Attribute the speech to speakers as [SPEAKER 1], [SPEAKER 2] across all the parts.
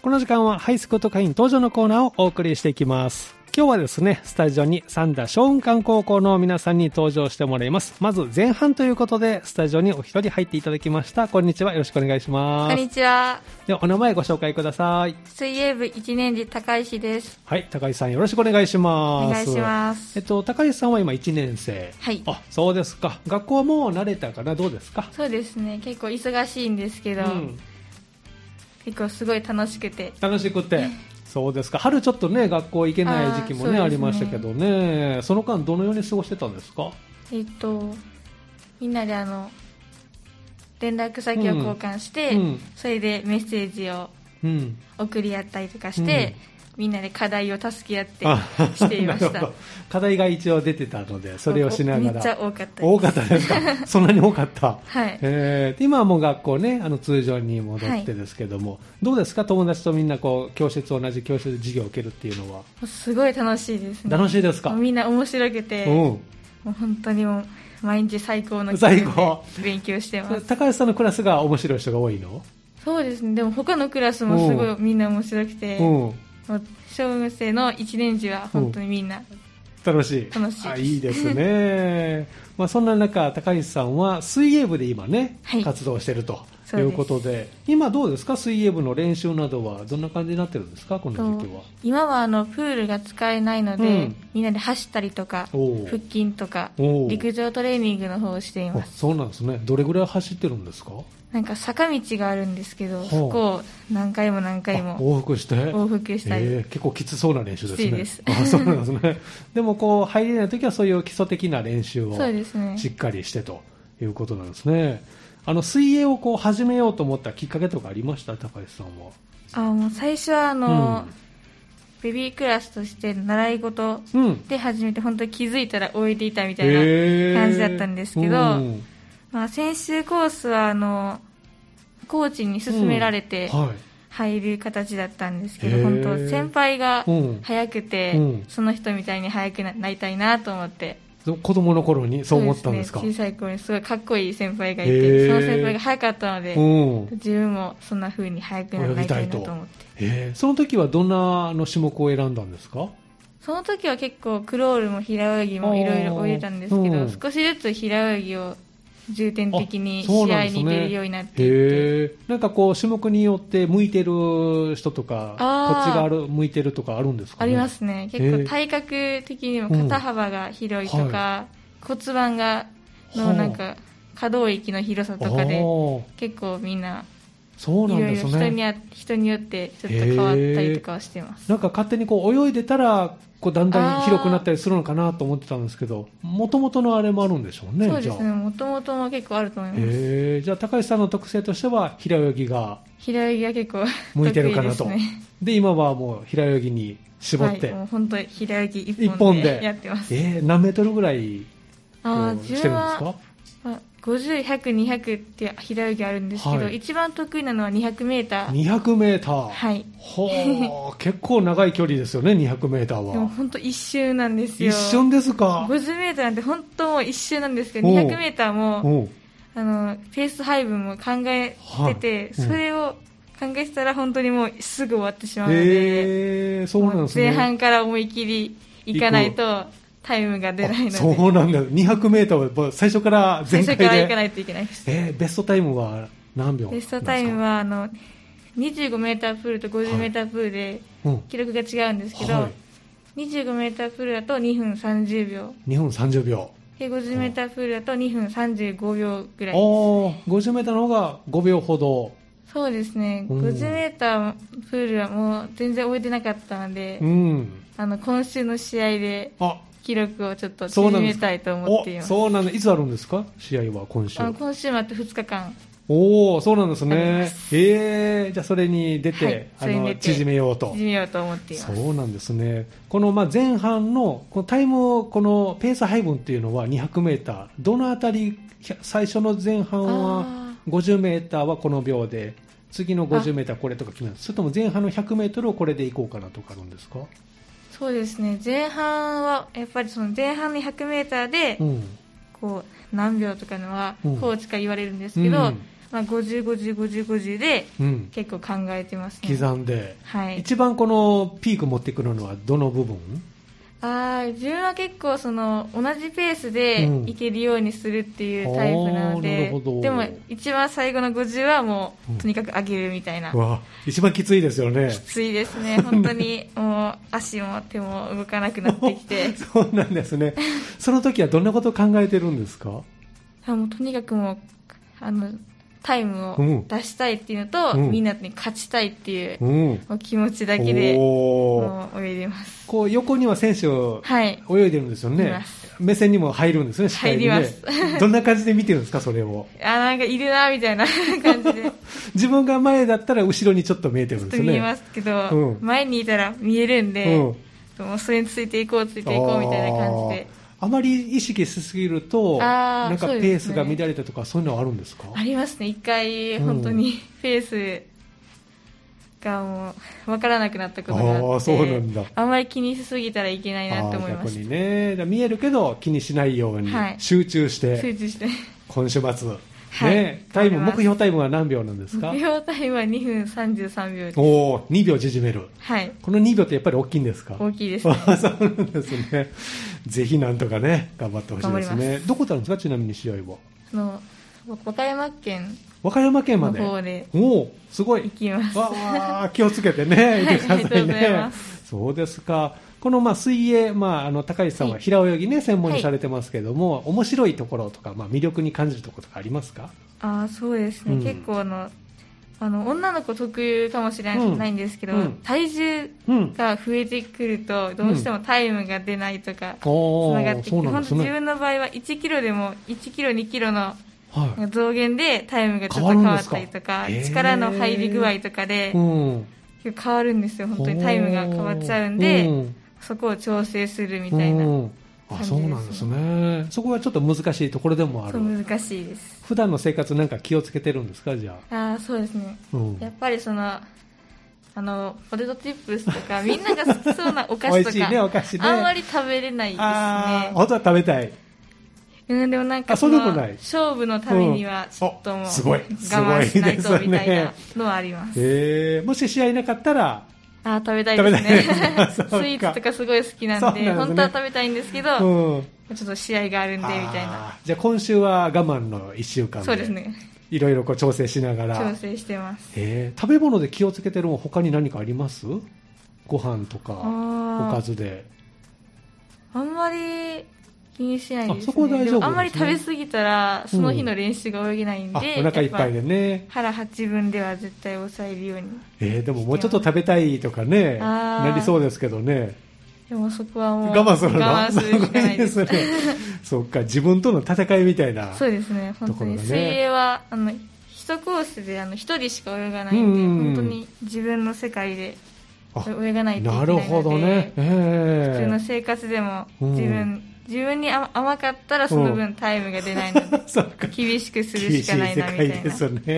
[SPEAKER 1] この時間はハイスクート会員登場のコーナーをお送りしていきます。今日はですね、スタジオに三田小雲館高校の皆さんに登場してもらいます。まず前半ということで、スタジオにお一人入っていただきました。こんにちは。よろしくお願いしま
[SPEAKER 2] こん
[SPEAKER 1] す。
[SPEAKER 2] にちは。
[SPEAKER 1] では、お名前ご紹介ください。
[SPEAKER 2] 水泳部1年次高石です。
[SPEAKER 1] はい、高井さんよろしくお願いします。
[SPEAKER 2] お願いします
[SPEAKER 1] えっと、高井さんは今1年生。
[SPEAKER 2] はい
[SPEAKER 1] あ、そうですか。学校はもう慣れたかなどうですか
[SPEAKER 2] そうですね、結構忙しいんですけど、
[SPEAKER 1] うん。
[SPEAKER 2] 結構すごい楽しくて。
[SPEAKER 1] 楽しくって。そうですか。春ちょっとね、学校行けない時期もね、あ
[SPEAKER 2] あーそうですね
[SPEAKER 1] りましたけどね。その間、どのように過ごしてたんですか
[SPEAKER 2] えっと、みんなであの、連絡先を交換して、
[SPEAKER 1] うんうん
[SPEAKER 2] それでメッセージを
[SPEAKER 1] うん。
[SPEAKER 2] 送り合ったりとかして、みんなで課題を助け合って
[SPEAKER 1] あ
[SPEAKER 2] していまし
[SPEAKER 1] な
[SPEAKER 2] た。
[SPEAKER 1] るほど 課題が一応出てたので、それをしながら。
[SPEAKER 2] めっちゃ多かったです
[SPEAKER 1] 多かったです かそんなに多かった
[SPEAKER 2] はい
[SPEAKER 1] えーで今はもう学校ねあの通常に戻ってですけども、どうですか友達とみんなこう教室同じ教室で授業を受けるっていうのは
[SPEAKER 2] すごい楽しいですね。
[SPEAKER 1] 楽しいですか、
[SPEAKER 2] もうみんな面白くて、
[SPEAKER 1] う
[SPEAKER 2] も
[SPEAKER 1] ん
[SPEAKER 2] う本当にもう毎日最高の気
[SPEAKER 1] 最
[SPEAKER 2] 分
[SPEAKER 1] 高
[SPEAKER 2] で勉強してます。
[SPEAKER 1] 高橋さんのクラスが面白い人が多いの、
[SPEAKER 2] そうですねでも他のクラスもすご
[SPEAKER 1] う
[SPEAKER 2] いみんな面白くて、
[SPEAKER 1] うん
[SPEAKER 2] もう小学生の1年次は本当にみんな、
[SPEAKER 1] 楽しい
[SPEAKER 2] 楽しいです
[SPEAKER 1] あいいです ねまあそんな中高橋さんは水泳部で今ね、
[SPEAKER 2] はい
[SPEAKER 1] 活動してるとい
[SPEAKER 2] そうで
[SPEAKER 1] う
[SPEAKER 2] す
[SPEAKER 1] ことで今どうですか水泳部の練習などはどんな感じになってるんですかこの時期は
[SPEAKER 2] 今はあのプールが使えないので、
[SPEAKER 1] うん
[SPEAKER 2] みんなで走ったりとか
[SPEAKER 1] おう
[SPEAKER 2] 腹筋とか
[SPEAKER 1] おう
[SPEAKER 2] 陸上トレーニングの方をしていま
[SPEAKER 1] あ
[SPEAKER 2] す
[SPEAKER 1] そうなんですねどれぐらい走ってるんですか
[SPEAKER 2] なんか坂道があるんですけど
[SPEAKER 1] ほう
[SPEAKER 2] そこを何回も何回
[SPEAKER 1] あ
[SPEAKER 2] も
[SPEAKER 1] 往復して
[SPEAKER 2] 往復したり、
[SPEAKER 1] えー結構きつそうな練習ですね
[SPEAKER 2] きついです
[SPEAKER 1] あそうなんですねでもこう入れない時はそういう基礎的な練習を
[SPEAKER 2] そうですね
[SPEAKER 1] しっかりしてということなんですねあの水泳をこう始めようと思ったきっかけとかありました高橋さんは
[SPEAKER 2] あもう最初はあの、
[SPEAKER 1] うん
[SPEAKER 2] ベビークラスとして習い事
[SPEAKER 1] うん
[SPEAKER 2] で始めて本当に気づいたら終えていたみたいな
[SPEAKER 1] えー
[SPEAKER 2] 感じだったんですけど、
[SPEAKER 1] うん
[SPEAKER 2] まあ、先週コースはあのコーチに勧められて
[SPEAKER 1] はい
[SPEAKER 2] 入る形だったんですけど、
[SPEAKER 1] へー
[SPEAKER 2] 本当先輩が
[SPEAKER 1] うん
[SPEAKER 2] 早くて、
[SPEAKER 1] うん
[SPEAKER 2] その人みたいに早くななりたいなと思って
[SPEAKER 1] そ子供の頃にそう思ったんですか
[SPEAKER 2] そうね、小さい頃にすごいかっこいい先輩がいて、
[SPEAKER 1] へー
[SPEAKER 2] その先輩が早かったので、
[SPEAKER 1] うん
[SPEAKER 2] 自分もそんな風に早くなりたいなと思って
[SPEAKER 1] えーその時はどんなあの種目を選んだんですか
[SPEAKER 2] その時は結構クロールも平泳ぎもいろいろ泳いでたんですけど、
[SPEAKER 1] うん
[SPEAKER 2] 少しずつ平泳ぎを重点的に
[SPEAKER 1] あそう
[SPEAKER 2] 試
[SPEAKER 1] なん
[SPEAKER 2] 合
[SPEAKER 1] ですね
[SPEAKER 2] に出るようになっていって。
[SPEAKER 1] へえなんかこう種目によって向いてる人とかこっ
[SPEAKER 2] あー
[SPEAKER 1] ちがある向いてるとかあるんですか、
[SPEAKER 2] あ
[SPEAKER 1] ね、
[SPEAKER 2] りますね
[SPEAKER 1] え
[SPEAKER 2] 結構体格的にも肩幅が広いとか、骨盤が
[SPEAKER 1] はあ
[SPEAKER 2] のなんか可動域の広さとかで
[SPEAKER 1] あー
[SPEAKER 2] 結構みんな
[SPEAKER 1] そう
[SPEAKER 2] い
[SPEAKER 1] なん
[SPEAKER 2] ろい
[SPEAKER 1] です
[SPEAKER 2] ろ人
[SPEAKER 1] ね
[SPEAKER 2] にあ人によってちょっと変わったりとかはしてます
[SPEAKER 1] なんか勝手にこう泳いでたらこうだんだ
[SPEAKER 2] あ
[SPEAKER 1] ん
[SPEAKER 2] ー
[SPEAKER 1] 広くなったりするのかなと思ってたんですけどもともとのあれもあるんでしょうね
[SPEAKER 2] そうです
[SPEAKER 1] じ
[SPEAKER 2] ね
[SPEAKER 1] ゃあ
[SPEAKER 2] もともとも結構あると思います
[SPEAKER 1] へえじゃあ高橋さんの特性としては平泳ぎが
[SPEAKER 2] 平泳ぎは結構
[SPEAKER 1] 向いてるか
[SPEAKER 2] 得意
[SPEAKER 1] な
[SPEAKER 2] です
[SPEAKER 1] と
[SPEAKER 2] ね
[SPEAKER 1] で今はもう平泳ぎに絞って、
[SPEAKER 2] はい、もう本当に平泳ぎ
[SPEAKER 1] 一
[SPEAKER 2] 一
[SPEAKER 1] 本
[SPEAKER 2] 本
[SPEAKER 1] で
[SPEAKER 2] でやってます
[SPEAKER 1] えー何メートルぐらい
[SPEAKER 2] あ
[SPEAKER 1] こ
[SPEAKER 2] あ
[SPEAKER 1] う
[SPEAKER 2] 自
[SPEAKER 1] してるんです
[SPEAKER 2] 分は
[SPEAKER 1] か
[SPEAKER 2] 50100200200って平泳ぎあるんですけど、
[SPEAKER 1] はい
[SPEAKER 2] 一番得意なのは 200m
[SPEAKER 1] 200メーター
[SPEAKER 2] はい
[SPEAKER 1] ほう結構長い距離ですよね200メーター
[SPEAKER 2] でも
[SPEAKER 1] は
[SPEAKER 2] 本当一周なんですよ。
[SPEAKER 1] 一瞬ですか
[SPEAKER 2] ?50m なんて本当もう一周なんですけど、
[SPEAKER 1] おう
[SPEAKER 2] 200m も、
[SPEAKER 1] うん
[SPEAKER 2] あの、ペース配分も考えてて、
[SPEAKER 1] はいうん
[SPEAKER 2] それを考えてたら本当にもうすぐ終わってしまうので、
[SPEAKER 1] えー、そうなんですね
[SPEAKER 2] 前半から思い切り行かないとタイムが出ないので、
[SPEAKER 1] あそうなんだ200メーターはもう最初から
[SPEAKER 2] 最
[SPEAKER 1] 全
[SPEAKER 2] 初
[SPEAKER 1] 開
[SPEAKER 2] か
[SPEAKER 1] で
[SPEAKER 2] ら行かないといけないです。
[SPEAKER 1] えーベストタイムは何秒なん
[SPEAKER 2] ベ
[SPEAKER 1] です
[SPEAKER 2] ス
[SPEAKER 1] か
[SPEAKER 2] トタイムは、あの、25m プールと 50m プールで
[SPEAKER 1] うん
[SPEAKER 2] 記録が違うんですけど、
[SPEAKER 1] はい
[SPEAKER 2] 25m プールだと2分30秒。
[SPEAKER 1] 2分30秒
[SPEAKER 2] で 50m プールだと2分35秒ぐらい
[SPEAKER 1] おー50メーターの方が5秒ほど
[SPEAKER 2] そうですね
[SPEAKER 1] うん
[SPEAKER 2] 50m プールはもう全然終えてなかったので、
[SPEAKER 1] うん
[SPEAKER 2] あの今週の試合で
[SPEAKER 1] あ
[SPEAKER 2] 記録をちょっと
[SPEAKER 1] そうな
[SPEAKER 2] 縮
[SPEAKER 1] んで
[SPEAKER 2] め
[SPEAKER 1] すか
[SPEAKER 2] たいと思っ
[SPEAKER 1] お
[SPEAKER 2] ています
[SPEAKER 1] そうなんだいつあるんですか試合は今週
[SPEAKER 2] あの今週末2日間
[SPEAKER 1] おおそうなんです
[SPEAKER 2] あり
[SPEAKER 1] ね
[SPEAKER 2] ま
[SPEAKER 1] えー、じゃあそれに出て,、
[SPEAKER 2] はいそれ
[SPEAKER 1] あ
[SPEAKER 2] に
[SPEAKER 1] の
[SPEAKER 2] 出て
[SPEAKER 1] 縮めようと
[SPEAKER 2] 縮めようと思っています
[SPEAKER 1] そうなんですねこのまあ前半のこのタイムをこのペース配分っていうのは 200m どのあたりひゃ最初の前半は
[SPEAKER 2] あ
[SPEAKER 1] 50m はこの秒で次の 50m これとか決めるそれとも前半の 100m をこれでいこうかなとかあるんですか、
[SPEAKER 2] そうですね前半はやっぱりその前半の 100m で
[SPEAKER 1] うん、
[SPEAKER 2] こう何秒とかのは
[SPEAKER 1] うん
[SPEAKER 2] コーチから言われるんですけど、
[SPEAKER 1] うん
[SPEAKER 2] まあ、50、50、50、50で
[SPEAKER 1] うん、
[SPEAKER 2] 結構考えてますね。
[SPEAKER 1] 刻んで、
[SPEAKER 2] はい。
[SPEAKER 1] 一番このピーク持ってくるのはどの部分
[SPEAKER 2] ああ、自分は結構その同じペースで
[SPEAKER 1] うん
[SPEAKER 2] いけるようにするっていうタイプなの
[SPEAKER 1] あーなる
[SPEAKER 2] で、
[SPEAKER 1] ほど
[SPEAKER 2] でも一番最後の50はも
[SPEAKER 1] うん
[SPEAKER 2] うとにかく上げるみたいな。
[SPEAKER 1] うわ一番きついですよね。
[SPEAKER 2] きついですね。本当にもう足も手も動かなくなってき て
[SPEAKER 1] そうなんですねその時はどんなことを考えてるんですか
[SPEAKER 2] あもうとにかくもう、あの、タイム
[SPEAKER 1] うん
[SPEAKER 2] を出したいっていうのと、
[SPEAKER 1] うん
[SPEAKER 2] みんなに勝ちたいっていう
[SPEAKER 1] うん
[SPEAKER 2] もう気持ちだけで、
[SPEAKER 1] おー
[SPEAKER 2] もう泳いでます。
[SPEAKER 1] こう横には選手を
[SPEAKER 2] はい。
[SPEAKER 1] 泳いでるんですよ
[SPEAKER 2] い
[SPEAKER 1] ね
[SPEAKER 2] ます
[SPEAKER 1] 目線にも入るんですね視界にね
[SPEAKER 2] 入り
[SPEAKER 1] どんな感じで見てるんですかそれを
[SPEAKER 2] あ、なんかいるな、みたいな 感じで、
[SPEAKER 1] 自分が前だったら後ろにちょっと見えてる
[SPEAKER 2] ちょ
[SPEAKER 1] ん
[SPEAKER 2] っ
[SPEAKER 1] で
[SPEAKER 2] と
[SPEAKER 1] す
[SPEAKER 2] 見
[SPEAKER 1] ね
[SPEAKER 2] えますけど、
[SPEAKER 1] うん
[SPEAKER 2] 前にいたら見えるんで、
[SPEAKER 1] うん
[SPEAKER 2] もうそれについていこう、ついていこう、みたいな感じで。
[SPEAKER 1] あーあまり意識しすぎると
[SPEAKER 2] あ
[SPEAKER 1] な
[SPEAKER 2] ー
[SPEAKER 1] んか
[SPEAKER 2] そ
[SPEAKER 1] ペ
[SPEAKER 2] うで
[SPEAKER 1] ー
[SPEAKER 2] す
[SPEAKER 1] ス
[SPEAKER 2] ね
[SPEAKER 1] が乱れたとかそういうのはあるんですか
[SPEAKER 2] ありますね、一回、
[SPEAKER 1] うん
[SPEAKER 2] 本当に、ペースがもう、わからなくなったことがあって。
[SPEAKER 1] あーそうなんだ
[SPEAKER 2] あんまり気にしすぎたらいけないなって思いま
[SPEAKER 1] あー
[SPEAKER 2] す
[SPEAKER 1] 逆。にねだから見えるけど気にしないように
[SPEAKER 2] はい
[SPEAKER 1] 集中して、
[SPEAKER 2] 数値して。
[SPEAKER 1] 今週末、
[SPEAKER 2] はい
[SPEAKER 1] ね、タイム
[SPEAKER 2] 頑張ります
[SPEAKER 1] 目標タイムは何秒なんです か
[SPEAKER 2] 目標タイムは2分33秒です。
[SPEAKER 1] おお2秒縮める
[SPEAKER 2] はい。
[SPEAKER 1] この2秒ってやっぱり大きいんですか
[SPEAKER 2] 大きいですね。
[SPEAKER 1] あそうなんですねぜひなんとかね頑張ってほしいです
[SPEAKER 2] 頑張り
[SPEAKER 1] ねどこであるんですかちなみに試合は
[SPEAKER 2] あの、和歌山県
[SPEAKER 1] 和歌山県ま
[SPEAKER 2] の
[SPEAKER 1] で
[SPEAKER 2] 方で
[SPEAKER 1] おおすごい
[SPEAKER 2] 行きます。
[SPEAKER 1] わあ、気をつけてね、
[SPEAKER 2] はい
[SPEAKER 1] 見てくださいね。
[SPEAKER 2] ありがとうございま
[SPEAKER 1] そうですか。このまあ水泳、まあ、あの高橋さんは
[SPEAKER 2] はい
[SPEAKER 1] 平泳ぎね、専門にされてますけども、面白いところとか、まあ、魅力に感じるところとかありますか
[SPEAKER 2] ああそうですね、
[SPEAKER 1] うん
[SPEAKER 2] 結構あのあの女の子特有かもしれない,、
[SPEAKER 1] うん
[SPEAKER 2] ん、ですけど、
[SPEAKER 1] うん
[SPEAKER 2] 体重
[SPEAKER 1] うん。
[SPEAKER 2] が増えてくるとどうしてもタイムが出ないとか、つ
[SPEAKER 1] お
[SPEAKER 2] なが
[SPEAKER 1] ー
[SPEAKER 2] ってきて
[SPEAKER 1] そうなん
[SPEAKER 2] 本
[SPEAKER 1] です
[SPEAKER 2] 当自
[SPEAKER 1] ね。
[SPEAKER 2] 分の場合は1キロでも1キロ2キロの
[SPEAKER 1] は
[SPEAKER 2] 増減でタイムがちょっ
[SPEAKER 1] 変
[SPEAKER 2] と変
[SPEAKER 1] わるん
[SPEAKER 2] わ
[SPEAKER 1] で
[SPEAKER 2] っ
[SPEAKER 1] すか
[SPEAKER 2] たりとか
[SPEAKER 1] へー
[SPEAKER 2] 力の入り具合とかで
[SPEAKER 1] い。うん。
[SPEAKER 2] 変わるんですよ本当にタイムが変わっちゃうんで、
[SPEAKER 1] うん
[SPEAKER 2] そこを調整するみたいな、
[SPEAKER 1] うんあ、そうなんですね。そこはちょっと難しいところでもあ
[SPEAKER 2] そ
[SPEAKER 1] る
[SPEAKER 2] う。難しいです
[SPEAKER 1] 普段の生活なんか気をつけてるんですかじゃあ。
[SPEAKER 2] ああそうですね
[SPEAKER 1] うん
[SPEAKER 2] やっぱりその、あの、ポテトチップスとか、みんなが好きそう なお菓
[SPEAKER 1] 美
[SPEAKER 2] 子
[SPEAKER 1] 味
[SPEAKER 2] と
[SPEAKER 1] しい
[SPEAKER 2] か、
[SPEAKER 1] ね、お菓子ね。
[SPEAKER 2] あんまり食べれないです
[SPEAKER 1] あー
[SPEAKER 2] ね。
[SPEAKER 1] 本当は食べたい。
[SPEAKER 2] うん、でもなんか
[SPEAKER 1] あそうでもない
[SPEAKER 2] 勝負のためには、ちょっともう、
[SPEAKER 1] うんあすごい
[SPEAKER 2] 我慢しない
[SPEAKER 1] すごい
[SPEAKER 2] と、
[SPEAKER 1] ですね
[SPEAKER 2] みたいなのはあります。
[SPEAKER 1] えー、もし試合なかったら、
[SPEAKER 2] あー食べたいです
[SPEAKER 1] 食べたいで
[SPEAKER 2] ね。
[SPEAKER 1] す
[SPEAKER 2] スイ
[SPEAKER 1] ねそうか
[SPEAKER 2] ーツとかすごい好きなん
[SPEAKER 1] そうなん
[SPEAKER 2] で、
[SPEAKER 1] ですね
[SPEAKER 2] 本当は食べたいんですけど、
[SPEAKER 1] う
[SPEAKER 2] ち
[SPEAKER 1] ん。
[SPEAKER 2] ょっと試合があるんで、みたいな。
[SPEAKER 1] あーじゃあ今週は我慢の1週間で
[SPEAKER 2] そうですね。
[SPEAKER 1] いろいろこう調整しながら
[SPEAKER 2] 調整してます。
[SPEAKER 1] えー食べ物で気をつけてるの他に何かありますご飯と
[SPEAKER 2] あ
[SPEAKER 1] かお
[SPEAKER 2] ー
[SPEAKER 1] かずで
[SPEAKER 2] あんまり気にしないです、ね。
[SPEAKER 1] あそこは大丈夫ですね
[SPEAKER 2] もあんまり食べ過ぎたら、その日の練習が泳げないんで、
[SPEAKER 1] あお腹いっぱいで
[SPEAKER 2] や
[SPEAKER 1] ね
[SPEAKER 2] ぱ腹八分では絶対抑えるように。
[SPEAKER 1] えーでももうちょっと食べたいとかね
[SPEAKER 2] あー
[SPEAKER 1] なりそうですけどね
[SPEAKER 2] でもそこはもう、
[SPEAKER 1] 我慢するの
[SPEAKER 2] 我慢するし かないです。
[SPEAKER 1] すねそっか自分との戦いみたいな
[SPEAKER 2] そうですね、本当に。
[SPEAKER 1] ところが
[SPEAKER 2] 水
[SPEAKER 1] ね
[SPEAKER 2] 泳は、あの、一コースであの一人しか泳がない
[SPEAKER 1] うん
[SPEAKER 2] んで、
[SPEAKER 1] うんうん
[SPEAKER 2] 本当に自分の世界で
[SPEAKER 1] あ
[SPEAKER 2] 泳がないといけな
[SPEAKER 1] な
[SPEAKER 2] いので。
[SPEAKER 1] るほどねえ
[SPEAKER 2] 普
[SPEAKER 1] ー
[SPEAKER 2] 通の生活でも
[SPEAKER 1] うん、
[SPEAKER 2] 自分、自分に甘甘かったらその分タイムが出ないので
[SPEAKER 1] そっか
[SPEAKER 2] 厳しくする
[SPEAKER 1] 厳
[SPEAKER 2] し
[SPEAKER 1] しい
[SPEAKER 2] かない
[SPEAKER 1] 世
[SPEAKER 2] なみた
[SPEAKER 1] 界
[SPEAKER 2] いな感
[SPEAKER 1] ですよね
[SPEAKER 2] じ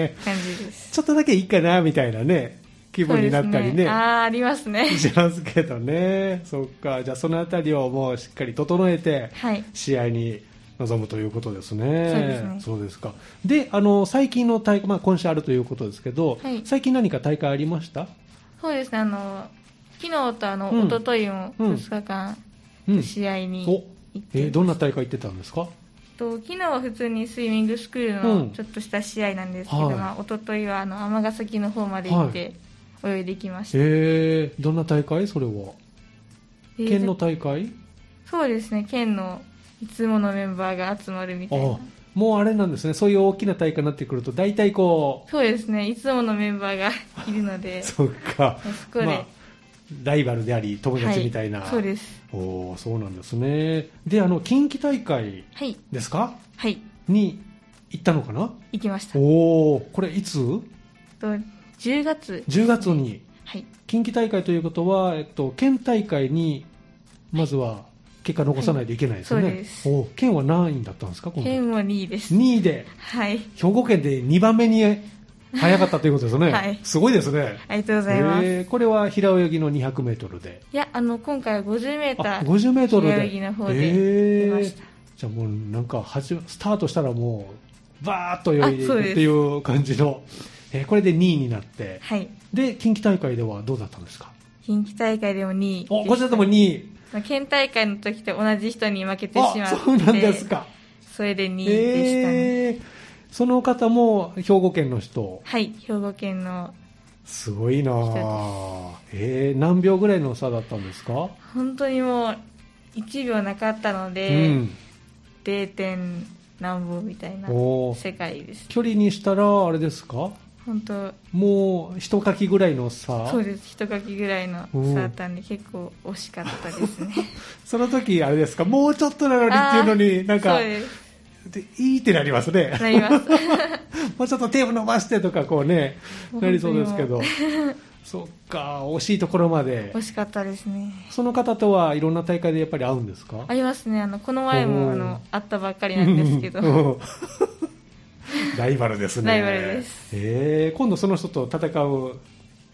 [SPEAKER 2] です。
[SPEAKER 1] ちょっとだけいいかなみたいなね気分になったり
[SPEAKER 2] そう
[SPEAKER 1] ね
[SPEAKER 2] ですああ、ありま すね。
[SPEAKER 1] しますけどね、そっか、じゃあそのあたりをもうしっかり整えて、
[SPEAKER 2] はい。
[SPEAKER 1] 試合に臨むということですね、
[SPEAKER 2] そうですね
[SPEAKER 1] そうですか、であの最近の大会、まあ、今週あるということですけど、
[SPEAKER 2] はい
[SPEAKER 1] 最近、何か大会ありました、
[SPEAKER 2] そうですね、あの、昨日とあの、
[SPEAKER 1] うん
[SPEAKER 2] 一昨日も
[SPEAKER 1] うん
[SPEAKER 2] 2日間、
[SPEAKER 1] うん
[SPEAKER 2] 試合
[SPEAKER 1] お
[SPEAKER 2] に行って、
[SPEAKER 1] えーどんな大会行ってたんですか、
[SPEAKER 2] と昨日は普通にスイミングスクール
[SPEAKER 1] う
[SPEAKER 2] の
[SPEAKER 1] ん
[SPEAKER 2] ちょっとした試合なんですけど、
[SPEAKER 1] はい
[SPEAKER 2] まあ、一昨日はあの尼崎の方まで行って、泳いできました。
[SPEAKER 1] えー、どんな大会、それは、
[SPEAKER 2] えー
[SPEAKER 1] 県の大会、
[SPEAKER 2] そうですね、県のいつものメンバーが集まるみたい
[SPEAKER 1] あ
[SPEAKER 2] な。
[SPEAKER 1] もうあれなんですね、そういう大きな大会になってくると、大体こ
[SPEAKER 2] そうですね、いつものメンバ ーがいるの
[SPEAKER 1] う、
[SPEAKER 2] で、
[SPEAKER 1] そっか、
[SPEAKER 2] そこで、
[SPEAKER 1] まあ、ライバルであり、友達みたいな。
[SPEAKER 2] はい、そうです。
[SPEAKER 1] おおそうなんですねであの近畿大会
[SPEAKER 2] はい、
[SPEAKER 1] ですか
[SPEAKER 2] はい、
[SPEAKER 1] に行ったのかな
[SPEAKER 2] 行きました。
[SPEAKER 1] おおこれいつ
[SPEAKER 2] と10月、
[SPEAKER 1] 10月に
[SPEAKER 2] はい、
[SPEAKER 1] 近畿大会ということは、えっと、県大会にまずは結果残さないといけないですよね、
[SPEAKER 2] はいそうです
[SPEAKER 1] おー県は何位だったんですか今度
[SPEAKER 2] 県も2位です。
[SPEAKER 1] 2位で
[SPEAKER 2] はい、
[SPEAKER 1] 兵庫県で2番目に早かったということですよね、
[SPEAKER 2] はい
[SPEAKER 1] すごいですね
[SPEAKER 2] ありがとうございます。
[SPEAKER 1] えーこれは平泳ぎの 200m で
[SPEAKER 2] いや、あの、今回は50メータ
[SPEAKER 1] あ
[SPEAKER 2] ー。
[SPEAKER 1] 50メートルで
[SPEAKER 2] 平泳ぎの方で出ました
[SPEAKER 1] えーじゃあもうなんか始めスタートしたらもうバーッと泳いでいく
[SPEAKER 2] あそう
[SPEAKER 1] っ
[SPEAKER 2] です
[SPEAKER 1] ていう感じの、えーこれで2位になって、
[SPEAKER 2] はい。
[SPEAKER 1] で、近畿大会ではどうだったんですか
[SPEAKER 2] 近畿大会でも2位。
[SPEAKER 1] お、こちらとも2位。
[SPEAKER 2] まあ県大会の時と同じ人に負けてしまっ
[SPEAKER 1] あ、
[SPEAKER 2] て。
[SPEAKER 1] そうなんですか。
[SPEAKER 2] それで2位でしたね。
[SPEAKER 1] えー、その方も兵庫県の人。
[SPEAKER 2] はい。兵庫県の、
[SPEAKER 1] すごいなあえー、何秒ぐらいの差だったんですか、
[SPEAKER 2] 本当にもう、1秒なかったので、0. 点何本みたいな
[SPEAKER 1] うん。おー
[SPEAKER 2] 世界です。
[SPEAKER 1] 距離にしたら、あれですか
[SPEAKER 2] 本当、
[SPEAKER 1] もう、一かきぐらいの差
[SPEAKER 2] そうです。一かきぐらいの差だったんで、結構惜しかったですね。
[SPEAKER 1] その時、あれですかもうちょっとなのにっていうのに、なんか
[SPEAKER 2] そう、です。
[SPEAKER 1] でいいってなります ね。
[SPEAKER 2] なります。
[SPEAKER 1] もうちょっとテープ伸ばしてとかこうね、
[SPEAKER 2] もう
[SPEAKER 1] なりそうです けど。そっか、惜しいところまで
[SPEAKER 2] 惜。しかったですね。
[SPEAKER 1] その方とはいろんな大会でやっぱり会うんですか
[SPEAKER 2] ありますね。あの、この前
[SPEAKER 1] お
[SPEAKER 2] も、
[SPEAKER 1] ー
[SPEAKER 2] あの、会ったばっかりなんです けど。は
[SPEAKER 1] うんライバルですね。
[SPEAKER 2] ライバルです。
[SPEAKER 1] えー今度その人と戦う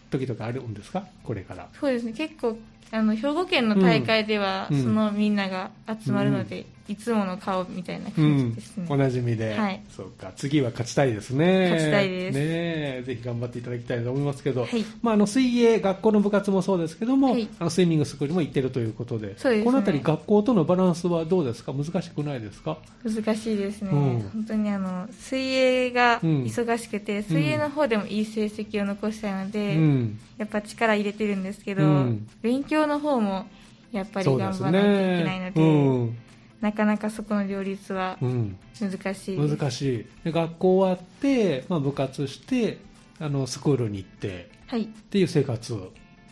[SPEAKER 1] 時とかあるんですかこれから。
[SPEAKER 2] そうですね。結構、あの、兵庫県の大会では、
[SPEAKER 1] うん
[SPEAKER 2] そのみんなが集まるので、いつもの顔みたいな
[SPEAKER 1] う
[SPEAKER 2] 感じ
[SPEAKER 1] ん
[SPEAKER 2] ですね。、
[SPEAKER 1] おなじみで、
[SPEAKER 2] はい
[SPEAKER 1] そうか次は勝ちたいですね
[SPEAKER 2] 勝ちたいです
[SPEAKER 1] ねえぜひ頑張っていただきたいと思いますけど、
[SPEAKER 2] はい
[SPEAKER 1] まあ、あの水泳学校の部活もそうですけども、
[SPEAKER 2] はい
[SPEAKER 1] あのスイミングスクールも行ってるということで
[SPEAKER 2] そうですね
[SPEAKER 1] この辺り学校とのバランスはどうですか難しくないですか
[SPEAKER 2] 難しいですね、
[SPEAKER 1] うん
[SPEAKER 2] 本当にあの水泳が
[SPEAKER 1] うん
[SPEAKER 2] 忙しくて、水泳の方でもいい成績を残したいの
[SPEAKER 1] う
[SPEAKER 2] で、
[SPEAKER 1] ん
[SPEAKER 2] やっぱ力入れてるんですけど、
[SPEAKER 1] うん
[SPEAKER 2] 勉強の方もやっぱり
[SPEAKER 1] そう
[SPEAKER 2] 頑
[SPEAKER 1] です
[SPEAKER 2] 張らなきゃいけないの
[SPEAKER 1] ね
[SPEAKER 2] で、なかなかそこの両立は
[SPEAKER 1] うんうん
[SPEAKER 2] 難しいです、
[SPEAKER 1] 難しいで学校終わって、まあ、部活してあのスクールに行って
[SPEAKER 2] はい
[SPEAKER 1] っていう生活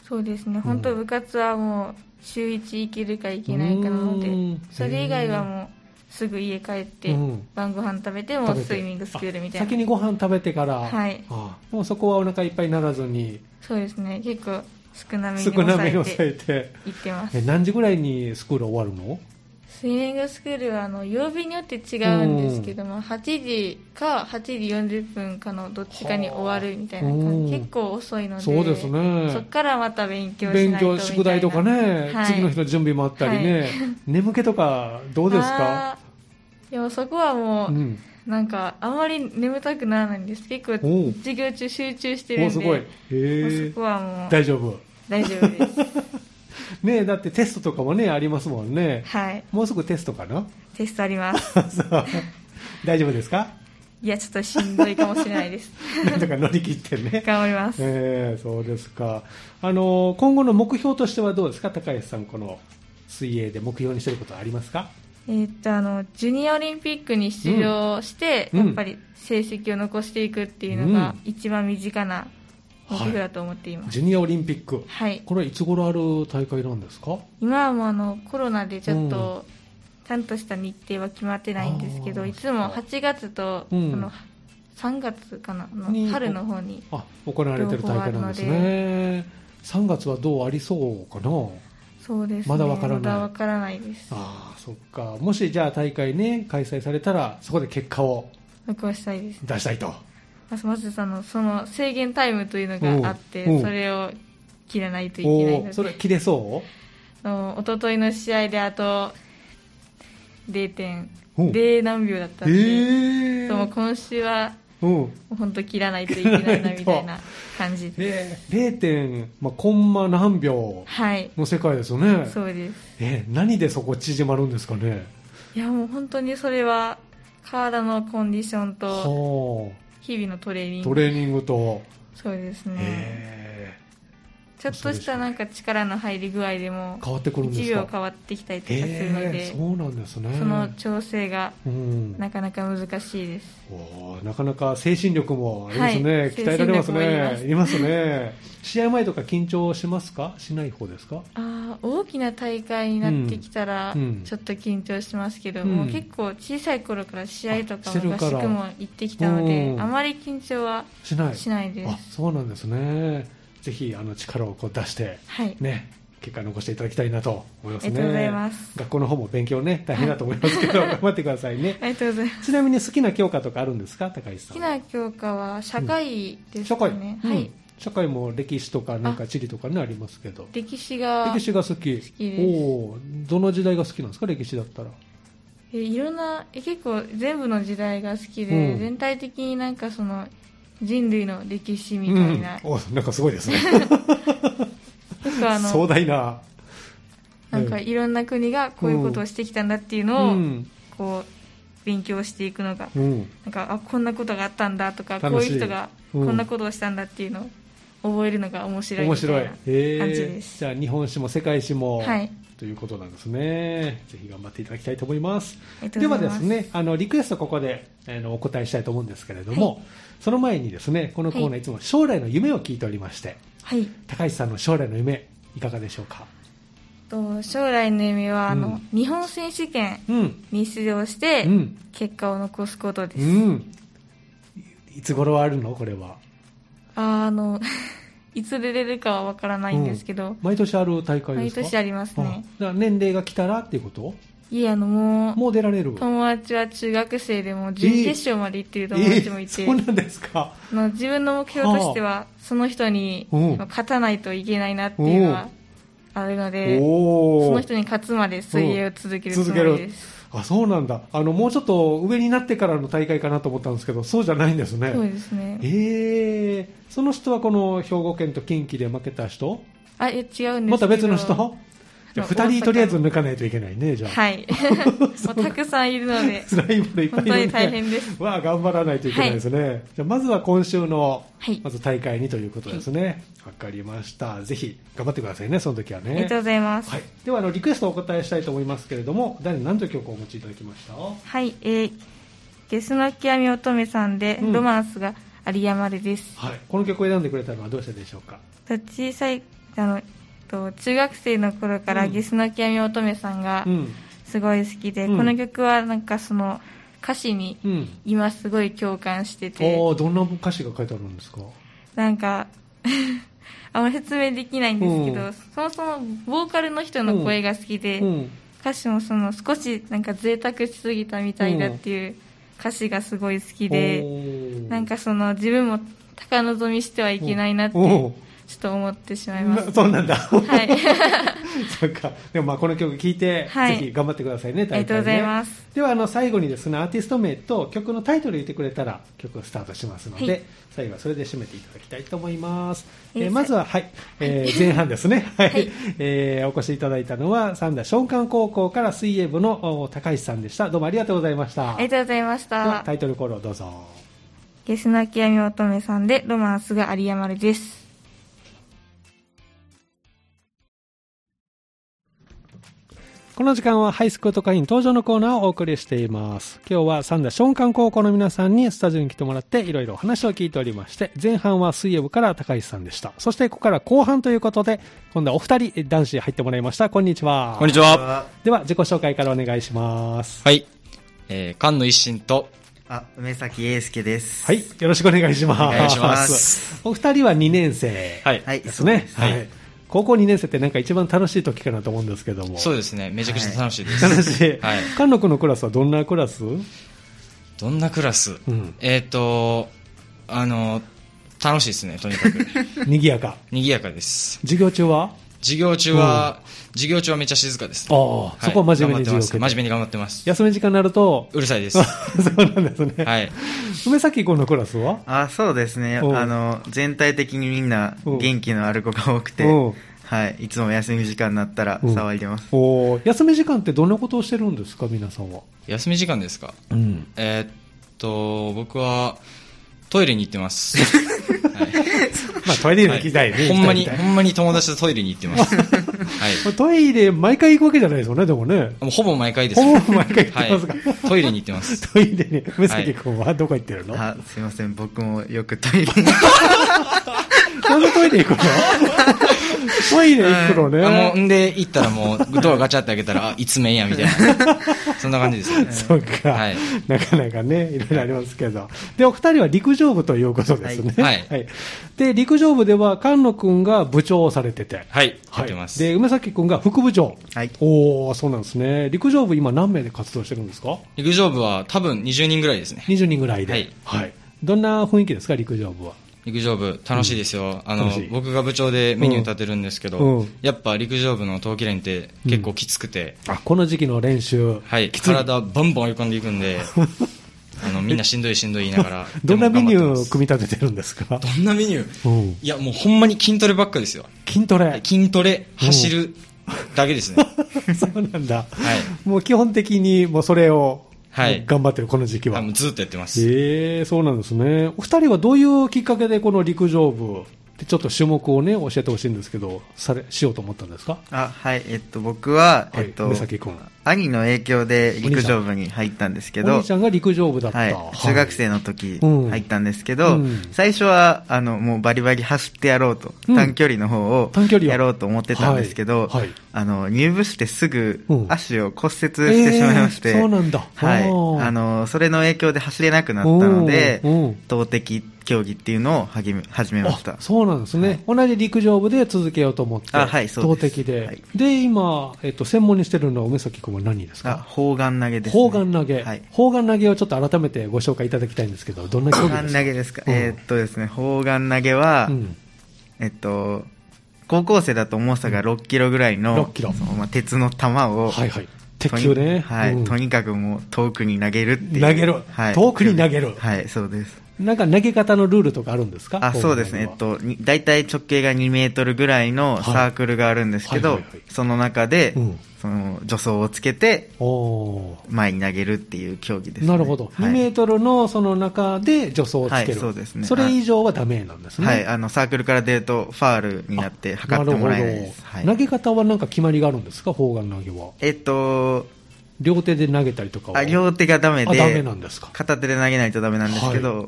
[SPEAKER 2] そうですね本当
[SPEAKER 1] うん
[SPEAKER 2] 部活はもう週1行けるか行けないかなので
[SPEAKER 1] うん
[SPEAKER 2] それ以外はもうすぐ家帰って、
[SPEAKER 1] うん
[SPEAKER 2] 晩ご飯食べても
[SPEAKER 1] 食べて
[SPEAKER 2] スイミングスクールみたい
[SPEAKER 1] あ
[SPEAKER 2] な
[SPEAKER 1] 先にご飯食べてから、
[SPEAKER 2] はい
[SPEAKER 1] ああでもそこはお腹いっぱいにならずに
[SPEAKER 2] そうですね結構少なめ
[SPEAKER 1] 少
[SPEAKER 2] に
[SPEAKER 1] なめに
[SPEAKER 2] 抑え
[SPEAKER 1] 抑
[SPEAKER 2] て
[SPEAKER 1] えて
[SPEAKER 2] 行ってます
[SPEAKER 1] え何時ぐらいにスクール終わるの
[SPEAKER 2] スイミングスクールはあの曜日によって違うんですけども、8時か8時40分かのどっちかに終わるみたいな
[SPEAKER 1] はあう
[SPEAKER 2] 感
[SPEAKER 1] ん
[SPEAKER 2] じ結構遅いので
[SPEAKER 1] そうです
[SPEAKER 2] そっ
[SPEAKER 1] ね
[SPEAKER 2] からまた勉強しない
[SPEAKER 1] 勉
[SPEAKER 2] とみたいな
[SPEAKER 1] 強宿題とかね、
[SPEAKER 2] はい
[SPEAKER 1] 次の日の準備もあったりね、
[SPEAKER 2] は
[SPEAKER 1] 眠気とかどうですか
[SPEAKER 2] あーでもそこはもう、
[SPEAKER 1] うん、
[SPEAKER 2] なんかあまり眠たくならないんです結構
[SPEAKER 1] おう
[SPEAKER 2] 授業中集中してるん
[SPEAKER 1] お
[SPEAKER 2] です
[SPEAKER 1] ごいへ
[SPEAKER 2] もう
[SPEAKER 1] え
[SPEAKER 2] そこはもう
[SPEAKER 1] 大丈夫
[SPEAKER 2] 大丈夫です
[SPEAKER 1] ねだってテストとかもねありますもんね
[SPEAKER 2] はい
[SPEAKER 1] もうすぐテストかな
[SPEAKER 2] テストあります
[SPEAKER 1] そう大丈夫です か
[SPEAKER 2] いやちょっとしんどいかもしれないです
[SPEAKER 1] なんとか乗り切ってね
[SPEAKER 2] 頑張ります
[SPEAKER 1] ええそうですかあの今後の目標としてはどうですか高橋さんこの水泳で目標にしてることはありますか
[SPEAKER 2] えーっとあのジュニアオリンピックに出場して、
[SPEAKER 1] うん
[SPEAKER 2] やっぱり成績を残していくっていうのが
[SPEAKER 1] うん
[SPEAKER 2] 一番身近な目標だと思っています、
[SPEAKER 1] ジュニアオリンピック
[SPEAKER 2] はい
[SPEAKER 1] これはいつ頃ある大会なんですか
[SPEAKER 2] 今はもうあのコロナでちょっと、ちゃんとした日程は決まってないんですけ
[SPEAKER 1] あ
[SPEAKER 2] ど
[SPEAKER 1] ー
[SPEAKER 2] いつも8月と、
[SPEAKER 1] うん
[SPEAKER 2] あの3月かなあ
[SPEAKER 1] に
[SPEAKER 2] の春の方に
[SPEAKER 1] あ行われてる大会なんですね3月はどうありそうかな
[SPEAKER 2] そうですね
[SPEAKER 1] まだわからない
[SPEAKER 2] まだわからないです
[SPEAKER 1] ああそっかもしじゃあ大会ね開催されたらそこで結果を
[SPEAKER 2] 残したいです
[SPEAKER 1] 出したいと
[SPEAKER 2] まずまずそのその制限タイムというのがあって
[SPEAKER 1] うんうん
[SPEAKER 2] それを切らないといけない
[SPEAKER 1] おお
[SPEAKER 2] ので
[SPEAKER 1] それ切れそ
[SPEAKER 2] の一昨日の試合であと0.0
[SPEAKER 1] うえ
[SPEAKER 2] 何秒だったん
[SPEAKER 1] え
[SPEAKER 2] で、
[SPEAKER 1] ー
[SPEAKER 2] でも今週は
[SPEAKER 1] うん
[SPEAKER 2] 本当切らないといけないなみたいな感じで
[SPEAKER 1] で0点、まあ、コンマ何秒
[SPEAKER 2] はい
[SPEAKER 1] の世界ですよね
[SPEAKER 2] そうです
[SPEAKER 1] え何でそこ縮まるんですかね
[SPEAKER 2] いやもう本当にそれは体のコンディションと
[SPEAKER 1] は
[SPEAKER 2] 日々のトレーニ
[SPEAKER 1] あ
[SPEAKER 2] ン
[SPEAKER 1] ト
[SPEAKER 2] グ
[SPEAKER 1] レーニングと、
[SPEAKER 2] そうですね
[SPEAKER 1] え
[SPEAKER 2] ちょっとしたなんか力の入り具合でも
[SPEAKER 1] ー変わってくるんで
[SPEAKER 2] 1
[SPEAKER 1] す
[SPEAKER 2] 秒
[SPEAKER 1] か
[SPEAKER 2] 変わってきたりとかするの
[SPEAKER 1] え
[SPEAKER 2] で
[SPEAKER 1] ー、そうなんですね
[SPEAKER 2] その調整が
[SPEAKER 1] うん、
[SPEAKER 2] なかなか難しいです
[SPEAKER 1] おーなかなか精神力もありますね、
[SPEAKER 2] はい
[SPEAKER 1] 鍛えられます
[SPEAKER 2] 精神力もあ
[SPEAKER 1] ね
[SPEAKER 2] ります
[SPEAKER 1] いますね試合前とか緊張しますかしない方ですか
[SPEAKER 2] あー大きな大会になってきたら、
[SPEAKER 1] うんうん
[SPEAKER 2] ちょっと緊張しますけど、
[SPEAKER 1] うん
[SPEAKER 2] もう結構小さい頃から試合と
[SPEAKER 1] あ
[SPEAKER 2] か
[SPEAKER 1] してる
[SPEAKER 2] も合
[SPEAKER 1] から
[SPEAKER 2] 宿も行ってきたので
[SPEAKER 1] うん
[SPEAKER 2] あまり緊張は
[SPEAKER 1] しない
[SPEAKER 2] しないです、
[SPEAKER 1] あそうなんですねぜひあの力をこう出して
[SPEAKER 2] はい
[SPEAKER 1] ね結果残していただきたいなと思いますね
[SPEAKER 2] ありがとうございます
[SPEAKER 1] 学校の方も勉強ね大変だと思いますけ ど、頑張ってくださいね
[SPEAKER 2] ありがとうございます
[SPEAKER 1] ちなみに好きな教科とかあるんですか高橋さ
[SPEAKER 2] 好
[SPEAKER 1] ん
[SPEAKER 2] きな教科は社会です
[SPEAKER 1] 社会、
[SPEAKER 2] ね、
[SPEAKER 1] うん
[SPEAKER 2] はい
[SPEAKER 1] 社会も歴史とかなんか地理とかねありますけど
[SPEAKER 2] 歴史が
[SPEAKER 1] 歴史が好き
[SPEAKER 2] 好きです
[SPEAKER 1] おおどの時代が好きなんですか歴史だったら
[SPEAKER 2] えいろんなえ結構全部の時代が好きで、
[SPEAKER 1] うん
[SPEAKER 2] 全体的になんかその人類の歴史み
[SPEAKER 1] う
[SPEAKER 2] たい
[SPEAKER 1] ん
[SPEAKER 2] な、よ
[SPEAKER 1] おなんかすごいですね
[SPEAKER 2] くあ
[SPEAKER 1] 壮
[SPEAKER 2] の
[SPEAKER 1] 大な
[SPEAKER 2] なんかいろんな国がこういうことをしてきたんだっていうのを、
[SPEAKER 1] うん
[SPEAKER 2] こう勉強していくのが
[SPEAKER 1] うん
[SPEAKER 2] なんかあこんなことがあったんだとかこ
[SPEAKER 1] 楽
[SPEAKER 2] う
[SPEAKER 1] しい
[SPEAKER 2] いう人が
[SPEAKER 1] うん
[SPEAKER 2] こんなことをしたんだっていうのを覚えるのが面白い
[SPEAKER 1] 面
[SPEAKER 2] みたい
[SPEAKER 1] 白い
[SPEAKER 2] な
[SPEAKER 1] え
[SPEAKER 2] 感じです
[SPEAKER 1] じゃあ日本史も世界史も、
[SPEAKER 2] はい
[SPEAKER 1] ということなんですねぜひ頑張っていただきたいと思います
[SPEAKER 2] ありがと
[SPEAKER 1] で
[SPEAKER 2] う
[SPEAKER 1] は
[SPEAKER 2] ご
[SPEAKER 1] で
[SPEAKER 2] ざいます
[SPEAKER 1] すねあのリクエストここであのお答えしたいと思うんですけれども、その前にですねこのコーナー、
[SPEAKER 2] はい
[SPEAKER 1] い、つも将来の夢を聞いておりまして
[SPEAKER 2] はい
[SPEAKER 1] 高橋さんの将来の夢いかがでしょうか
[SPEAKER 2] と将来の夢はあの、
[SPEAKER 1] うん
[SPEAKER 2] 日本選手権
[SPEAKER 1] うん
[SPEAKER 2] に出場して
[SPEAKER 1] うん
[SPEAKER 2] 結果を残すことです、
[SPEAKER 1] うんいつ頃はあるのこれは
[SPEAKER 2] ああの いつ出れるかはわからないんですけど、
[SPEAKER 1] 毎年ある大会で
[SPEAKER 2] 毎
[SPEAKER 1] すか
[SPEAKER 2] 年ありますね
[SPEAKER 1] あだから年齢が来たらっていうこと
[SPEAKER 2] いやあのもう
[SPEAKER 1] もう出られる
[SPEAKER 2] 友達は中学生でも準決勝まで行ってる友達もいて、
[SPEAKER 1] えーそうなんですか
[SPEAKER 2] あの自分の目標としてはその人に
[SPEAKER 1] うん
[SPEAKER 2] 勝たないといけないなっていうのはあるので
[SPEAKER 1] お
[SPEAKER 2] そ
[SPEAKER 1] お
[SPEAKER 2] の人に勝つまで水泳を続けるつもりです
[SPEAKER 1] あそうなんだあのもうちょっと上になってからの大会かなと思ったんですけどそうじゃないんですね
[SPEAKER 2] そうですね
[SPEAKER 1] ええその人はこの兵庫県と近畿で負けた人
[SPEAKER 2] あいや違うんですけど
[SPEAKER 1] また別の人じゃあ
[SPEAKER 2] まあ
[SPEAKER 1] 2人とりあえず抜かないといけないねじゃあ、
[SPEAKER 2] はい もうたくさんいるので
[SPEAKER 1] ライバルいっぱいいる
[SPEAKER 2] 本当
[SPEAKER 1] んで
[SPEAKER 2] に大変です
[SPEAKER 1] わあ頑張らないといけないですね、じゃあまずは今週の
[SPEAKER 2] はい
[SPEAKER 1] まず大会にということですねわ、かりましたぜひ頑張ってくださいねその時は
[SPEAKER 2] ありがとう
[SPEAKER 1] ね
[SPEAKER 2] ございます
[SPEAKER 1] はい、ではあのリクエストをお答えしたいと思いますけれども誰何という曲をお持ちいただきました
[SPEAKER 2] はいえーゲスの極み乙女さんで
[SPEAKER 1] うん
[SPEAKER 2] ロマンスが有り余るです
[SPEAKER 1] はい、この曲を選んでくれたのはどうしてでしょうか
[SPEAKER 2] と小さいあのと中学生の頃から
[SPEAKER 1] うん
[SPEAKER 2] ゲスの極み乙女さんが
[SPEAKER 1] うん
[SPEAKER 2] すごい好きで、
[SPEAKER 1] うん
[SPEAKER 2] この曲はなんかその歌詞に
[SPEAKER 1] うん
[SPEAKER 2] 今すごい共感してて、
[SPEAKER 1] おーどんな歌詞が書いてあるんですか
[SPEAKER 2] なんか あんま説明できないんですけど、
[SPEAKER 1] うん
[SPEAKER 2] そもそもボーカルの人の声が好きで、
[SPEAKER 1] うん
[SPEAKER 2] 歌詞もその少しなんか贅沢しすぎたみたいだっていう歌詞がすごい好きで、なんかその自分も高望みしてはいけないなってちょ
[SPEAKER 1] おー
[SPEAKER 2] っと思ってしまいます。
[SPEAKER 1] そうなんだ
[SPEAKER 2] はい、
[SPEAKER 1] そうかでもまあこの曲聴いて、
[SPEAKER 2] はい
[SPEAKER 1] ぜひ頑張ってくださいね
[SPEAKER 2] ありがとうございますす。
[SPEAKER 1] ではあの最後にですねアーティスト名と曲のタイトル言ってくれたら曲がスタートしますので、
[SPEAKER 2] はい
[SPEAKER 1] 最後はそれで締めていただきたいと思います、
[SPEAKER 2] えー
[SPEAKER 1] えーまずは、はいえー前半です ね、はい
[SPEAKER 2] はい
[SPEAKER 1] えーお越しいただいたのは三田松漢高校から水泳部のお高橋さんでしたどうもありがとうございました
[SPEAKER 2] ありがとうございまし
[SPEAKER 1] では
[SPEAKER 2] た
[SPEAKER 1] タ。イトルコールをどうぞ
[SPEAKER 2] ゲスの極み乙女さんでロマンスが有り余るです。
[SPEAKER 1] この時間はハイスクート会員登場のコーナーをお送りしています。今日は三田松漢高校の皆さんにスタジオに来てもらっていろいろお話を聞いておりまして、前半は水泳部から高橋さんでした。そしてここから後半ということで、今度はお二人男子入ってもらいました。こんにちは。
[SPEAKER 3] こんにちは。
[SPEAKER 1] では自己紹介からお願いします。
[SPEAKER 3] はい。えー、菅野一心と、
[SPEAKER 4] あ、梅崎英介です。
[SPEAKER 1] はい。よろしくお願いします。
[SPEAKER 3] お願いします
[SPEAKER 1] お二人は2年生
[SPEAKER 3] はい。
[SPEAKER 4] はい。
[SPEAKER 1] ですね。
[SPEAKER 3] はい
[SPEAKER 1] 高校2年生ってなんか一番楽しい時かなと思うんですけども。
[SPEAKER 3] そうですね。めちゃくちゃ楽しいです。
[SPEAKER 1] 楽しい。
[SPEAKER 3] はい
[SPEAKER 1] 菅野君のクラスはどんなクラス
[SPEAKER 3] どんなクラス、
[SPEAKER 1] うん
[SPEAKER 3] えっ、と、あの、楽しいですね、と にかく。
[SPEAKER 1] 賑やか。
[SPEAKER 3] 賑やかです。
[SPEAKER 1] 授業中は
[SPEAKER 3] 授業中は、授業中はめっちゃ静かです、
[SPEAKER 1] ああそこは真面目に
[SPEAKER 3] 頑張って
[SPEAKER 1] 授業を
[SPEAKER 3] ます
[SPEAKER 1] 受けて
[SPEAKER 3] 真面目に頑張ってます。
[SPEAKER 1] 休み時間になると、
[SPEAKER 3] うるさいです。
[SPEAKER 1] そ
[SPEAKER 3] は
[SPEAKER 1] うなんですね。
[SPEAKER 3] い。
[SPEAKER 1] 梅崎君のクラスは
[SPEAKER 4] あ、そうですね。あ
[SPEAKER 1] おう
[SPEAKER 4] の、全体的にみんな
[SPEAKER 1] おう
[SPEAKER 4] 元気のある子が多くて
[SPEAKER 1] おう、
[SPEAKER 4] はい。いつも休み時間になったら
[SPEAKER 1] うん
[SPEAKER 4] 騒いでます。
[SPEAKER 1] おー休み時間ってどんなことをしてるんですか、皆さんは。
[SPEAKER 3] 休み時間ですか
[SPEAKER 1] うん。
[SPEAKER 3] えーっと、僕は、トイレに行っ てます。は
[SPEAKER 1] まあ、トイレ
[SPEAKER 3] い
[SPEAKER 1] に行きたいね。
[SPEAKER 3] はほんま
[SPEAKER 1] 行
[SPEAKER 3] に、
[SPEAKER 1] き
[SPEAKER 3] ほ
[SPEAKER 1] たい
[SPEAKER 3] んまに友達とトイレに行っ てます。はい。
[SPEAKER 1] トイレ、毎回行くわけじゃないですよね、でもね。
[SPEAKER 3] もうほぼ毎回です、
[SPEAKER 1] ほ
[SPEAKER 3] ね。
[SPEAKER 1] ぼ毎回行ってますが。
[SPEAKER 3] はい、トイレに行ってます。
[SPEAKER 1] トイレに、梅崎君はどこ行ってるの、
[SPEAKER 4] あ、すいません。僕もよくトイレに。
[SPEAKER 1] なんでトイレ 行くのトイレ行くの ね。
[SPEAKER 3] あもうんで行ったらもうドアガチャって開けたらあいつめんやみたい なそんな感じですね
[SPEAKER 1] そうか、
[SPEAKER 3] はい
[SPEAKER 1] なかなかね、いろいろありますけど。で、お二人は陸上部ということですね。
[SPEAKER 3] はいはい
[SPEAKER 1] で、陸上部では菅野くんが部長をされてて。
[SPEAKER 3] はいやってます、
[SPEAKER 1] で、梅崎くんが副部長。
[SPEAKER 4] はい。
[SPEAKER 1] おおそうなんですね。陸上部今何名で活動してるんですか
[SPEAKER 3] 陸上部は多分20人ぐらいですね
[SPEAKER 1] ?20 人ぐらいで。
[SPEAKER 3] はい
[SPEAKER 1] どんな雰囲気ですか、陸上部は。
[SPEAKER 3] 陸上部楽しいですよ、あの
[SPEAKER 1] 楽しい
[SPEAKER 3] 僕が部長でメニュー立てるんですけど、
[SPEAKER 1] うん
[SPEAKER 3] やっぱ陸上部の冬季練って結構きつくて、
[SPEAKER 1] あ、この時期の練習。
[SPEAKER 3] はい、
[SPEAKER 1] きつい。
[SPEAKER 3] 体バンバン追い込んでいく んであのみんなしんどいしんどい言いながら
[SPEAKER 1] どんなメニューを
[SPEAKER 3] み
[SPEAKER 1] 組み立ててるんですか
[SPEAKER 3] どんなメニュー、
[SPEAKER 1] うん
[SPEAKER 3] いやもうほんまに筋トレばっかですよ
[SPEAKER 1] 筋トレ。
[SPEAKER 3] 筋トレ走るだけですね
[SPEAKER 1] そうなんだ。
[SPEAKER 3] はい
[SPEAKER 1] もう基本的にもうそれを、
[SPEAKER 3] はい
[SPEAKER 1] 頑張ってる、この時期は
[SPEAKER 3] あ。もうずっとやってます、
[SPEAKER 1] ええそうなんですね。お二人はどういうきっかけでこの陸上部でちょっと種目をね、教えてほしいんですけど、され、しようと思ったんですか
[SPEAKER 4] あはいえっと僕は、
[SPEAKER 1] はい
[SPEAKER 4] えっと
[SPEAKER 1] 目先君
[SPEAKER 4] 兄の影響で陸上部に入ったんですけ
[SPEAKER 1] お
[SPEAKER 4] ど
[SPEAKER 1] 兄ちゃんが陸上部だった。
[SPEAKER 4] はい、中学生
[SPEAKER 1] の。
[SPEAKER 4] の時
[SPEAKER 1] うん
[SPEAKER 4] 入ったんですけど、
[SPEAKER 1] うん
[SPEAKER 4] 最初はあのもうバリバリ走ってやろうと、
[SPEAKER 1] うん
[SPEAKER 4] 短距離の方を
[SPEAKER 1] 短距離を
[SPEAKER 4] やろうと思ってたんですけど、
[SPEAKER 1] はいはい
[SPEAKER 4] あの入部してすぐ
[SPEAKER 1] うん
[SPEAKER 4] 足を骨折してしまいまして、
[SPEAKER 1] えーそうなんだ
[SPEAKER 4] はい、
[SPEAKER 1] あー
[SPEAKER 4] あのそれの影響で走れなくなったので
[SPEAKER 1] おーおー
[SPEAKER 4] 投擲競技っていうのを始め始めました
[SPEAKER 1] あそうなんですね、同じ陸上部で続けようと思って、
[SPEAKER 4] あはいそうで
[SPEAKER 1] 投
[SPEAKER 4] す
[SPEAKER 1] 擲で、
[SPEAKER 4] はい
[SPEAKER 1] で今、えっと、専門にしてるのは梅崎君は何です
[SPEAKER 4] あ
[SPEAKER 1] か、
[SPEAKER 4] 砲丸投げです、ね、
[SPEAKER 1] 砲丸投げ、
[SPEAKER 4] はい
[SPEAKER 1] 砲丸投げをちょっと改めてご紹介いただきたいんですけど、どんな競
[SPEAKER 4] 砲
[SPEAKER 1] 技で
[SPEAKER 4] 丸
[SPEAKER 1] すか
[SPEAKER 4] 投げですか、
[SPEAKER 1] うん
[SPEAKER 4] えーっとですね砲丸投げは、
[SPEAKER 1] うん
[SPEAKER 4] えっと、高校生だと重さが6キロぐらいの、
[SPEAKER 1] 6キロ
[SPEAKER 4] そのまあ、鉄の球を、
[SPEAKER 1] はいはい、
[SPEAKER 4] と
[SPEAKER 1] 鉄
[SPEAKER 4] に
[SPEAKER 1] 球ね、
[SPEAKER 4] はい、
[SPEAKER 1] うん
[SPEAKER 4] とにかくもう遠くに投げるっていう。
[SPEAKER 1] 投げる
[SPEAKER 4] はい。
[SPEAKER 1] 遠くに投げる
[SPEAKER 4] はい、そうです。
[SPEAKER 1] なんか投げ方のルールとかあるんですか、
[SPEAKER 4] あ、そうですね。えっ
[SPEAKER 1] と
[SPEAKER 4] と、に大体直径が2メートルぐらいのサークルがあるんですけど、
[SPEAKER 1] はいはいはいはい
[SPEAKER 4] その中で、
[SPEAKER 1] うん
[SPEAKER 4] その助走をつけて、
[SPEAKER 1] おー
[SPEAKER 4] 前に投げるっていう競技です、ね。
[SPEAKER 1] なるほど、
[SPEAKER 4] は
[SPEAKER 1] 2
[SPEAKER 4] い
[SPEAKER 1] メートルのその中で助走をつける、
[SPEAKER 4] はいそうですね
[SPEAKER 1] それ以上はダメなんですね。
[SPEAKER 4] はい、あの、サークルから出ると、ファールになって測ってもらえないです。
[SPEAKER 1] な
[SPEAKER 4] は
[SPEAKER 1] るほど投
[SPEAKER 4] い。
[SPEAKER 1] げ方はなんか決まりがあるんですか、砲丸投げは。
[SPEAKER 4] えっと、
[SPEAKER 1] 両手で投げたりとかは
[SPEAKER 4] あ両手がダメ
[SPEAKER 1] あ
[SPEAKER 4] で
[SPEAKER 1] ダメなんですか
[SPEAKER 4] 片手で投げないとダメなんですけど、
[SPEAKER 1] は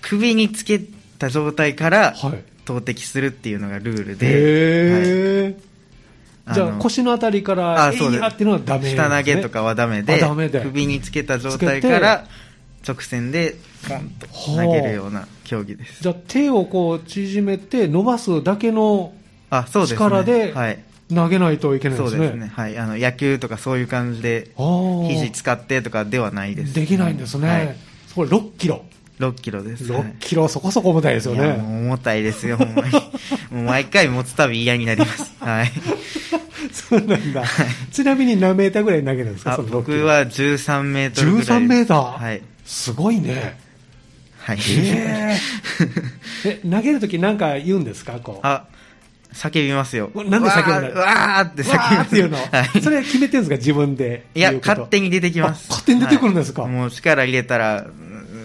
[SPEAKER 4] 首につけた状態から
[SPEAKER 1] はい
[SPEAKER 4] 投擲するっていうのがルールで、
[SPEAKER 1] へえ、
[SPEAKER 4] はい
[SPEAKER 1] じ
[SPEAKER 4] あ
[SPEAKER 1] ゃあ
[SPEAKER 4] の
[SPEAKER 1] 腰のあたりから
[SPEAKER 4] あ
[SPEAKER 1] えい
[SPEAKER 4] そうです
[SPEAKER 1] やっていうのはダメなんですね、
[SPEAKER 4] 下投げとかはダメで
[SPEAKER 1] あダメで
[SPEAKER 4] 首につけた状態から直線でポンと投げるような競技です
[SPEAKER 1] じゃあ手をこう縮めて伸ばすだけの
[SPEAKER 4] あそうですね
[SPEAKER 1] 力で
[SPEAKER 4] はい
[SPEAKER 1] 投げないといけないで
[SPEAKER 4] そう
[SPEAKER 1] す
[SPEAKER 4] で
[SPEAKER 1] ね
[SPEAKER 4] すね、はい、あの野球とかそういう感じで
[SPEAKER 1] あー
[SPEAKER 4] 肘使ってとかではないです
[SPEAKER 1] できないんですね、
[SPEAKER 4] はい、
[SPEAKER 1] それ6キロ
[SPEAKER 4] 6キロですはい
[SPEAKER 1] 6キロそこそこ重たいですよ
[SPEAKER 4] いやも
[SPEAKER 1] ね
[SPEAKER 4] う重たいですよ、ほ んまに。もう毎回持つたび嫌になります。はい。
[SPEAKER 1] そうなんだ、ちなみに何メーターぐらい投げるんですか
[SPEAKER 4] あ
[SPEAKER 1] その6キ
[SPEAKER 4] 僕
[SPEAKER 1] ロ
[SPEAKER 4] は13メートルぐらい。
[SPEAKER 1] 13メーター、
[SPEAKER 4] はい。
[SPEAKER 1] すごい ね
[SPEAKER 4] はい。
[SPEAKER 1] ええ投げるときなんか言うんですかこう
[SPEAKER 4] あ、叫びますよ。
[SPEAKER 1] なんで叫ぶんだ
[SPEAKER 4] わーわーって叫び
[SPEAKER 1] わ
[SPEAKER 4] ます。
[SPEAKER 1] ーっていうの、
[SPEAKER 4] はい。
[SPEAKER 1] それ決めてるんですか、自分で。
[SPEAKER 4] いや、
[SPEAKER 1] 言うこと
[SPEAKER 4] 勝手に出てきます
[SPEAKER 1] あ。勝手に出てくるんですか
[SPEAKER 4] はいもう力入れたら、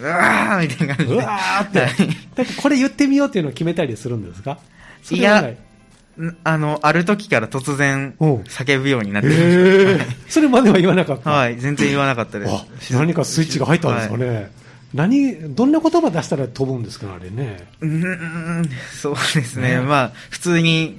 [SPEAKER 4] うわーみたいな感じ
[SPEAKER 1] う
[SPEAKER 4] で。
[SPEAKER 1] わーって、
[SPEAKER 4] はい
[SPEAKER 1] なんかこれ言ってみようっていうのを決めたりするんですかそ
[SPEAKER 4] い
[SPEAKER 1] れはな
[SPEAKER 4] や
[SPEAKER 1] い、
[SPEAKER 4] んあの、ある時から突然、
[SPEAKER 1] おう
[SPEAKER 4] 叫ぶようになっ
[SPEAKER 1] え
[SPEAKER 4] てきました
[SPEAKER 1] ーそれまでは言わなかった、
[SPEAKER 4] はい、全然言わなかったです
[SPEAKER 1] あ。何かスイッチが入ったんですかね、何どんな言葉出したら飛ぶんですかね、あれね、
[SPEAKER 4] うーんそうですね。まあ、普通に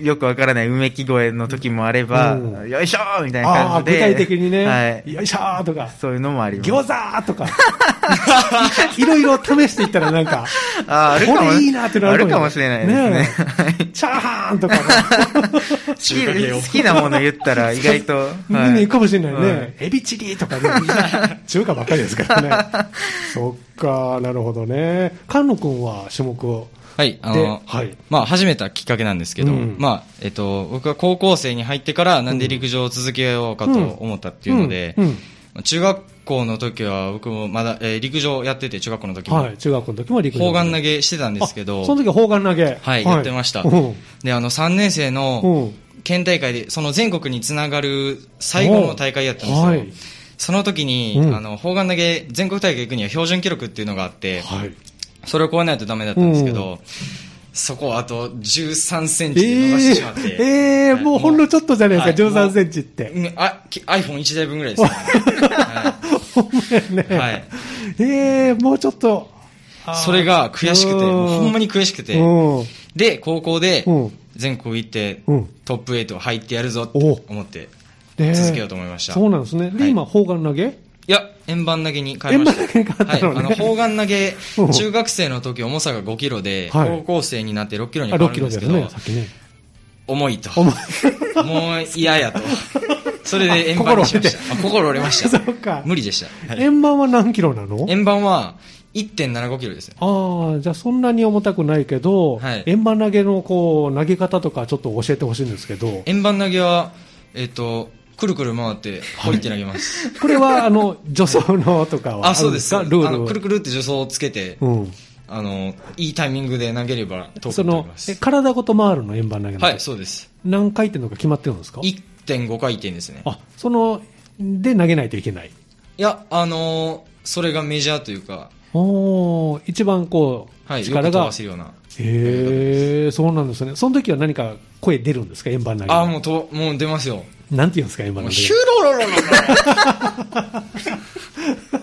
[SPEAKER 4] よくわからないうめき声の時もあれば、
[SPEAKER 1] うん
[SPEAKER 4] よいしょーみたいな
[SPEAKER 1] ああ
[SPEAKER 4] 感
[SPEAKER 1] ー
[SPEAKER 4] じ
[SPEAKER 1] 具
[SPEAKER 4] で。
[SPEAKER 1] 体的にね、
[SPEAKER 4] はい。
[SPEAKER 1] よいしょーとか、
[SPEAKER 4] そういうのもあります。
[SPEAKER 1] 餃子ーとか、 いろいろ試していったら、なんか、
[SPEAKER 4] あーあるかも
[SPEAKER 1] これいいなってな
[SPEAKER 4] あ
[SPEAKER 1] る
[SPEAKER 4] るかもしれないですね。はい
[SPEAKER 1] えチャーハンとか、
[SPEAKER 4] 好き
[SPEAKER 3] 華系を
[SPEAKER 4] 好きなもの言ったら意外と。 は
[SPEAKER 1] ね、いいかもしれないね。
[SPEAKER 4] はい
[SPEAKER 1] エビチリとかね。中華ばっかりです からね。そっか、なるほどね。菅野くんは種目を。
[SPEAKER 3] はいあの
[SPEAKER 1] ではい
[SPEAKER 3] まあ、始めたきっかけなんですけど、
[SPEAKER 1] うん
[SPEAKER 3] まあえっと、僕は高校生に入ってからなんで陸上を続けようかと思ったっていうので、
[SPEAKER 1] うんうん
[SPEAKER 3] まあ中学校の時は僕もまだ、えー陸上やってて中学校の時も、
[SPEAKER 1] はい、中学校の時も陸上。
[SPEAKER 3] 砲丸投
[SPEAKER 1] げ
[SPEAKER 3] げしてたんですけど
[SPEAKER 1] その時は砲丸投げ。はい
[SPEAKER 3] やってました
[SPEAKER 1] うん
[SPEAKER 3] であの3年生
[SPEAKER 1] う
[SPEAKER 3] の
[SPEAKER 1] ん
[SPEAKER 3] 県大会でその全国につながる最後の大会やったんですよ、
[SPEAKER 1] はい
[SPEAKER 3] その時に、
[SPEAKER 1] うん
[SPEAKER 3] あの砲丸投げ全国大会行くには標準記録っていうのがあって、
[SPEAKER 1] はい。
[SPEAKER 3] それを超えないとダメだったんですけど、そこをあと13センチで伸ばしてしまって、
[SPEAKER 1] えーえーもうほんのちょっとじゃないですか、13センチっ
[SPEAKER 3] う
[SPEAKER 1] て。
[SPEAKER 3] んあき iPhone1 台分ぐら いですね、は
[SPEAKER 1] ほんまや
[SPEAKER 3] い
[SPEAKER 1] ね。
[SPEAKER 3] はい、
[SPEAKER 1] ええもうちょっと。
[SPEAKER 3] それが悔しくて
[SPEAKER 1] うん
[SPEAKER 3] もうほんまに悔しくて
[SPEAKER 1] うん
[SPEAKER 3] で高校で
[SPEAKER 1] うん
[SPEAKER 3] 全国行って、
[SPEAKER 1] うん
[SPEAKER 3] トップ8入ってやるぞって
[SPEAKER 1] お
[SPEAKER 3] 思って
[SPEAKER 1] ね
[SPEAKER 3] 続けようと思いました、
[SPEAKER 1] そうなんですね。で、
[SPEAKER 3] はい
[SPEAKER 1] 今、砲丸投げ
[SPEAKER 3] いや円盤投げに変えました
[SPEAKER 1] 円盤投げに変わったのね
[SPEAKER 3] はい、あの砲丸投げ
[SPEAKER 1] うん
[SPEAKER 3] 中学生の時重さが5キロで、
[SPEAKER 1] はい
[SPEAKER 3] 高校生になって6キロに
[SPEAKER 1] あ、
[SPEAKER 3] 変わ
[SPEAKER 1] 6
[SPEAKER 3] る
[SPEAKER 1] キロです
[SPEAKER 3] んでけ
[SPEAKER 1] す
[SPEAKER 3] ど
[SPEAKER 1] ね、さっきね。
[SPEAKER 3] 重いと。
[SPEAKER 1] 重い
[SPEAKER 3] もう嫌やと。それで円盤にしました。あ心折れました。
[SPEAKER 1] そっか
[SPEAKER 3] 無理でした。はい
[SPEAKER 1] 円盤は何キロなの
[SPEAKER 3] 円盤は1.75キロですね。
[SPEAKER 1] ああ、じゃあそんなに重たくないけど、
[SPEAKER 3] はい
[SPEAKER 1] 円盤投げのこう投げ方とかちょっと教えてほしいんですけど、
[SPEAKER 3] 円盤投げは、えっ、と、くるくる回って、降りて投げます。
[SPEAKER 1] これはあの 助走のとかは
[SPEAKER 3] あ、
[SPEAKER 1] ある
[SPEAKER 3] そ
[SPEAKER 1] ん
[SPEAKER 3] う
[SPEAKER 1] で
[SPEAKER 3] ですす。
[SPEAKER 1] か
[SPEAKER 3] あ
[SPEAKER 1] ルール
[SPEAKER 3] の
[SPEAKER 1] は
[SPEAKER 3] くるくるって助走をつけて、
[SPEAKER 1] うん。
[SPEAKER 3] あの、いいタイミングで投げれば、遠く
[SPEAKER 1] そ
[SPEAKER 3] に飛び
[SPEAKER 1] の
[SPEAKER 3] ま
[SPEAKER 1] え
[SPEAKER 3] す。
[SPEAKER 1] 体ごと回るの円盤投げの、
[SPEAKER 3] はい、そうです。
[SPEAKER 1] 何回転のか決まってるんですか？
[SPEAKER 3] 1.5回転ですね。
[SPEAKER 1] あ、そので投げないといけない。
[SPEAKER 3] いや、あのーそれがメジャーというか、
[SPEAKER 1] おー一番こう、
[SPEAKER 3] はい、よく
[SPEAKER 1] 力
[SPEAKER 3] 飛
[SPEAKER 1] が
[SPEAKER 3] ばせるような。
[SPEAKER 1] へえそうなんですね。その時は何か声出るんですか円盤投げの。
[SPEAKER 3] あ、もうと、もう出ますよ。
[SPEAKER 1] なんて言うんですか円盤
[SPEAKER 3] も
[SPEAKER 1] 投
[SPEAKER 3] う
[SPEAKER 1] げ。
[SPEAKER 3] ヒュロロロロロ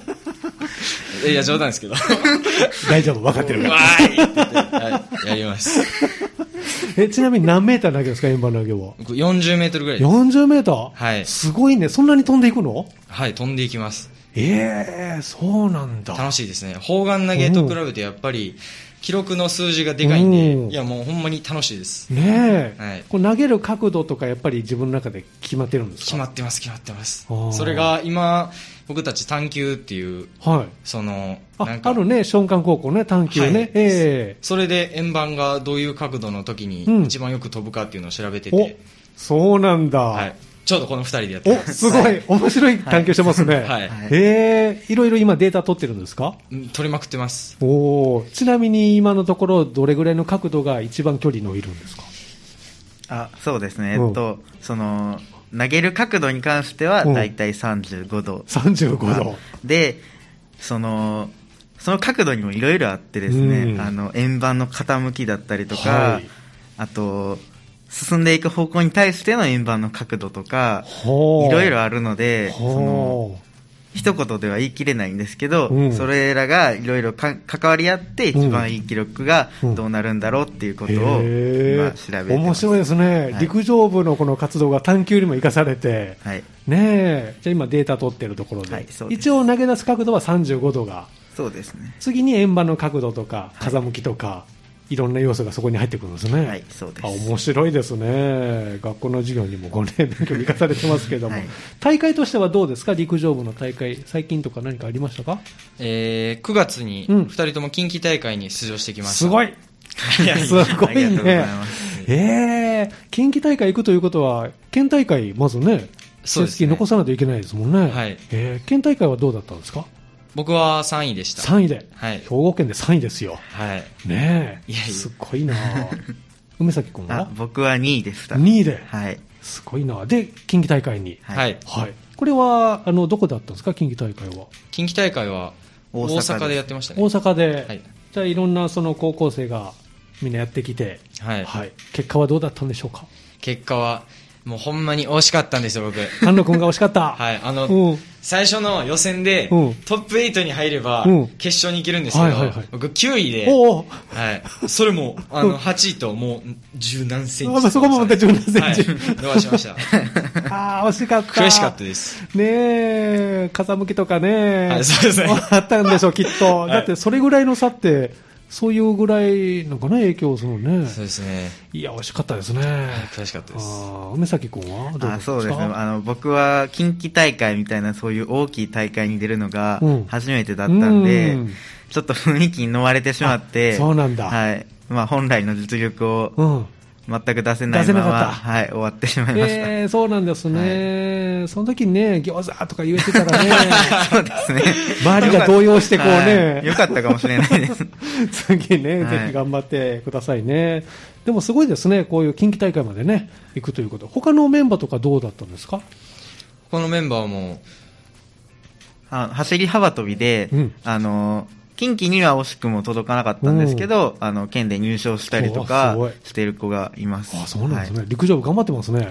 [SPEAKER 3] いや、冗 談ですけど。わ
[SPEAKER 1] 大丈夫分かって
[SPEAKER 3] ー
[SPEAKER 1] る
[SPEAKER 3] い
[SPEAKER 1] から。
[SPEAKER 3] って言ってはい、やります。
[SPEAKER 1] えちなみに何メーター投げるんですか円盤投げは。
[SPEAKER 3] 僕40メートルぐらいです。
[SPEAKER 1] 40メーター
[SPEAKER 3] はい
[SPEAKER 1] すごいね。そんなに飛んでいくの
[SPEAKER 3] はい、飛んでいきます。
[SPEAKER 1] ええそうなんだ。
[SPEAKER 3] 楽しいですね。砲丸投げと比べてやっぱり、記録の数字がでかいん
[SPEAKER 1] うん
[SPEAKER 3] で、いや、もうほんまに楽しいです。
[SPEAKER 1] ねえ、
[SPEAKER 3] はい
[SPEAKER 1] こう投げる角度とかやっぱり自分の中で決まってるんですか
[SPEAKER 3] 決まってます、決まってます
[SPEAKER 1] あー。
[SPEAKER 3] それが今、僕たち探球っていう、
[SPEAKER 1] はい。
[SPEAKER 3] その、
[SPEAKER 1] あ、あるね、松漢高校ね、探球ね。
[SPEAKER 3] はい
[SPEAKER 1] え
[SPEAKER 3] それで円盤がどういう角度の時
[SPEAKER 1] うん
[SPEAKER 3] に一番よく飛ぶかっていうのを調べ
[SPEAKER 1] え
[SPEAKER 3] てて、
[SPEAKER 1] お、そうなんだ。
[SPEAKER 3] はい、ちょうどこの二人でやって
[SPEAKER 1] お
[SPEAKER 3] ま、す。
[SPEAKER 1] すごい、面白い探求してますね。
[SPEAKER 3] はい
[SPEAKER 4] はい
[SPEAKER 1] ええいろいろ今データ取ってるんですか
[SPEAKER 3] うん取りまくってます。
[SPEAKER 1] おお。ちなみに今のところ、どれぐらいの角度が一番距離伸びるんですか
[SPEAKER 4] あ、そうですね。
[SPEAKER 1] うん
[SPEAKER 4] えっと、その、投げる角度に関しては、
[SPEAKER 1] うん
[SPEAKER 4] だいたい35度。
[SPEAKER 1] ?35 度。
[SPEAKER 4] で、その、その角度にもいろいろあってですね、
[SPEAKER 1] うん
[SPEAKER 4] あの、円盤の傾きだったりとか、
[SPEAKER 1] はい
[SPEAKER 4] あと、進んでいく方向に対しての円盤の角度とか、
[SPEAKER 1] ほ
[SPEAKER 4] いろいろ
[SPEAKER 1] あ
[SPEAKER 4] あるので、その、一言では言い切れないんですけど、
[SPEAKER 1] うん
[SPEAKER 4] それらがいろいろか関わり合って、
[SPEAKER 1] うん
[SPEAKER 4] 一番いい記録が
[SPEAKER 1] うん
[SPEAKER 4] どうなるんだろうっていうことを、
[SPEAKER 1] へ
[SPEAKER 4] 今
[SPEAKER 1] ー
[SPEAKER 4] 調べて
[SPEAKER 1] 面
[SPEAKER 4] ます。
[SPEAKER 1] 白いですね、
[SPEAKER 4] はい
[SPEAKER 1] 陸上部のこの活動が探求にも生かされて、
[SPEAKER 4] はい。
[SPEAKER 1] ねえ、じゃあ今、データ取ってるところで、
[SPEAKER 4] はいそうです
[SPEAKER 1] 一応投げ出す角度は35度が、
[SPEAKER 4] そうですね。
[SPEAKER 1] 次に円盤の角度とか、風向きとか、い、ろんな要素がそこに入ってくるんですね。
[SPEAKER 4] はい、そうです。
[SPEAKER 1] あ面白いですね、学校の授業にも5年勉強に生かされてますけども、
[SPEAKER 4] はい
[SPEAKER 1] 大会としてはどうですか、陸上部の大会、最近とか何かありましたか
[SPEAKER 3] えー、9月に
[SPEAKER 1] うん
[SPEAKER 3] 二人とも近畿大会に出場してきました。
[SPEAKER 1] すごい、
[SPEAKER 3] いやいや
[SPEAKER 1] すご
[SPEAKER 4] あ
[SPEAKER 1] い
[SPEAKER 4] りがとうござい
[SPEAKER 1] ね
[SPEAKER 4] ま。
[SPEAKER 1] ええ近畿大会行くということは、県大会、まずね、
[SPEAKER 3] そう
[SPEAKER 1] 成
[SPEAKER 3] ですね
[SPEAKER 1] 績残さないといけないですもんね。
[SPEAKER 3] はい
[SPEAKER 1] ええ県大会はどうだったんですか
[SPEAKER 3] 僕は3位でした。
[SPEAKER 1] ?3 位で。
[SPEAKER 3] はい
[SPEAKER 1] 兵。庫県で3位ですよ。
[SPEAKER 3] はい。
[SPEAKER 1] ねえ。
[SPEAKER 3] いやいや
[SPEAKER 1] すごい な梅崎君
[SPEAKER 4] あ
[SPEAKER 1] は、
[SPEAKER 4] 僕は2位でした。
[SPEAKER 1] ?2 位で。
[SPEAKER 4] はい。
[SPEAKER 1] すごいなで、近畿大会に。
[SPEAKER 4] はい
[SPEAKER 3] はい。
[SPEAKER 1] はい。これは、あの、どこだったんですか近畿大会は。
[SPEAKER 3] 近畿大会は
[SPEAKER 4] 大
[SPEAKER 3] 大
[SPEAKER 4] 阪です
[SPEAKER 3] 阪でやってました
[SPEAKER 1] 大
[SPEAKER 3] ね。
[SPEAKER 1] 阪で。
[SPEAKER 3] はい
[SPEAKER 1] じゃあ、いろんなその高校生がみんなやってきて、
[SPEAKER 3] はい。
[SPEAKER 1] はい。結果はどうだったんでしょうか
[SPEAKER 3] 結果は、もうほんまに惜しかったんですよ、僕。
[SPEAKER 1] 安野君が惜しかった。
[SPEAKER 3] はい。あの、
[SPEAKER 1] うん。
[SPEAKER 3] 最初の予選で、
[SPEAKER 1] うん
[SPEAKER 3] トップ8に入れば、
[SPEAKER 1] うん
[SPEAKER 3] 決勝に行けるんですけど、
[SPEAKER 1] はいはいはい
[SPEAKER 3] 僕9位で、
[SPEAKER 1] おお
[SPEAKER 3] はい、それもあ
[SPEAKER 1] うん
[SPEAKER 3] の8位ともう十何セン
[SPEAKER 1] あ
[SPEAKER 3] チ
[SPEAKER 1] そこもまた十何センチ
[SPEAKER 3] はい、逃しました
[SPEAKER 1] ああ、惜しかった。
[SPEAKER 3] 悔しかったです、
[SPEAKER 1] ねえ、風向きとかね、
[SPEAKER 3] はいそうですね
[SPEAKER 1] あったんでしょう、きっと。
[SPEAKER 3] はい
[SPEAKER 1] だって、それぐらいの差って、そういうぐらいのかな、影響するのね。
[SPEAKER 3] そうですね、
[SPEAKER 1] いや、惜しかったですね。
[SPEAKER 3] はい、悔しかった
[SPEAKER 1] あ
[SPEAKER 3] です
[SPEAKER 1] ー梅崎君はどうだったん
[SPEAKER 4] あ
[SPEAKER 1] ですか
[SPEAKER 4] そうですね。あの、僕は近畿大会みたいなそういう大きい大会に出るのが
[SPEAKER 1] うん
[SPEAKER 4] 初めてだったんで、
[SPEAKER 1] うん
[SPEAKER 4] ちょっと雰囲気に飲まれてしまって、
[SPEAKER 1] あそうなんだ
[SPEAKER 4] はい。まあ本来の実力を
[SPEAKER 1] うん。
[SPEAKER 4] 全く出せない
[SPEAKER 1] 出せ
[SPEAKER 4] ま
[SPEAKER 1] な
[SPEAKER 4] ま、
[SPEAKER 1] かった
[SPEAKER 4] はい、終わってしまいました。
[SPEAKER 1] えー、そうなんですね。その時にね、餃子とか言えてた らね、
[SPEAKER 4] そうですね。
[SPEAKER 1] 周りが動揺してこうね
[SPEAKER 4] はいよかったかもしれないです。
[SPEAKER 1] 次ね、
[SPEAKER 4] はい
[SPEAKER 1] ぜひ頑張ってくださいね。でもすごいですね、こういう近畿大会までね、行くということ。他のメンバーとかどうだったんですか
[SPEAKER 3] このメンバーも
[SPEAKER 4] あ走り幅跳びで、
[SPEAKER 1] うん
[SPEAKER 4] あの、近畿には惜しくも届かなかったんですけど、あの、県で入賞したりと
[SPEAKER 1] お
[SPEAKER 4] か
[SPEAKER 1] すごい
[SPEAKER 4] してる子がいます。
[SPEAKER 1] あそうなんですね、
[SPEAKER 4] はい
[SPEAKER 1] 陸上部頑張ってますね、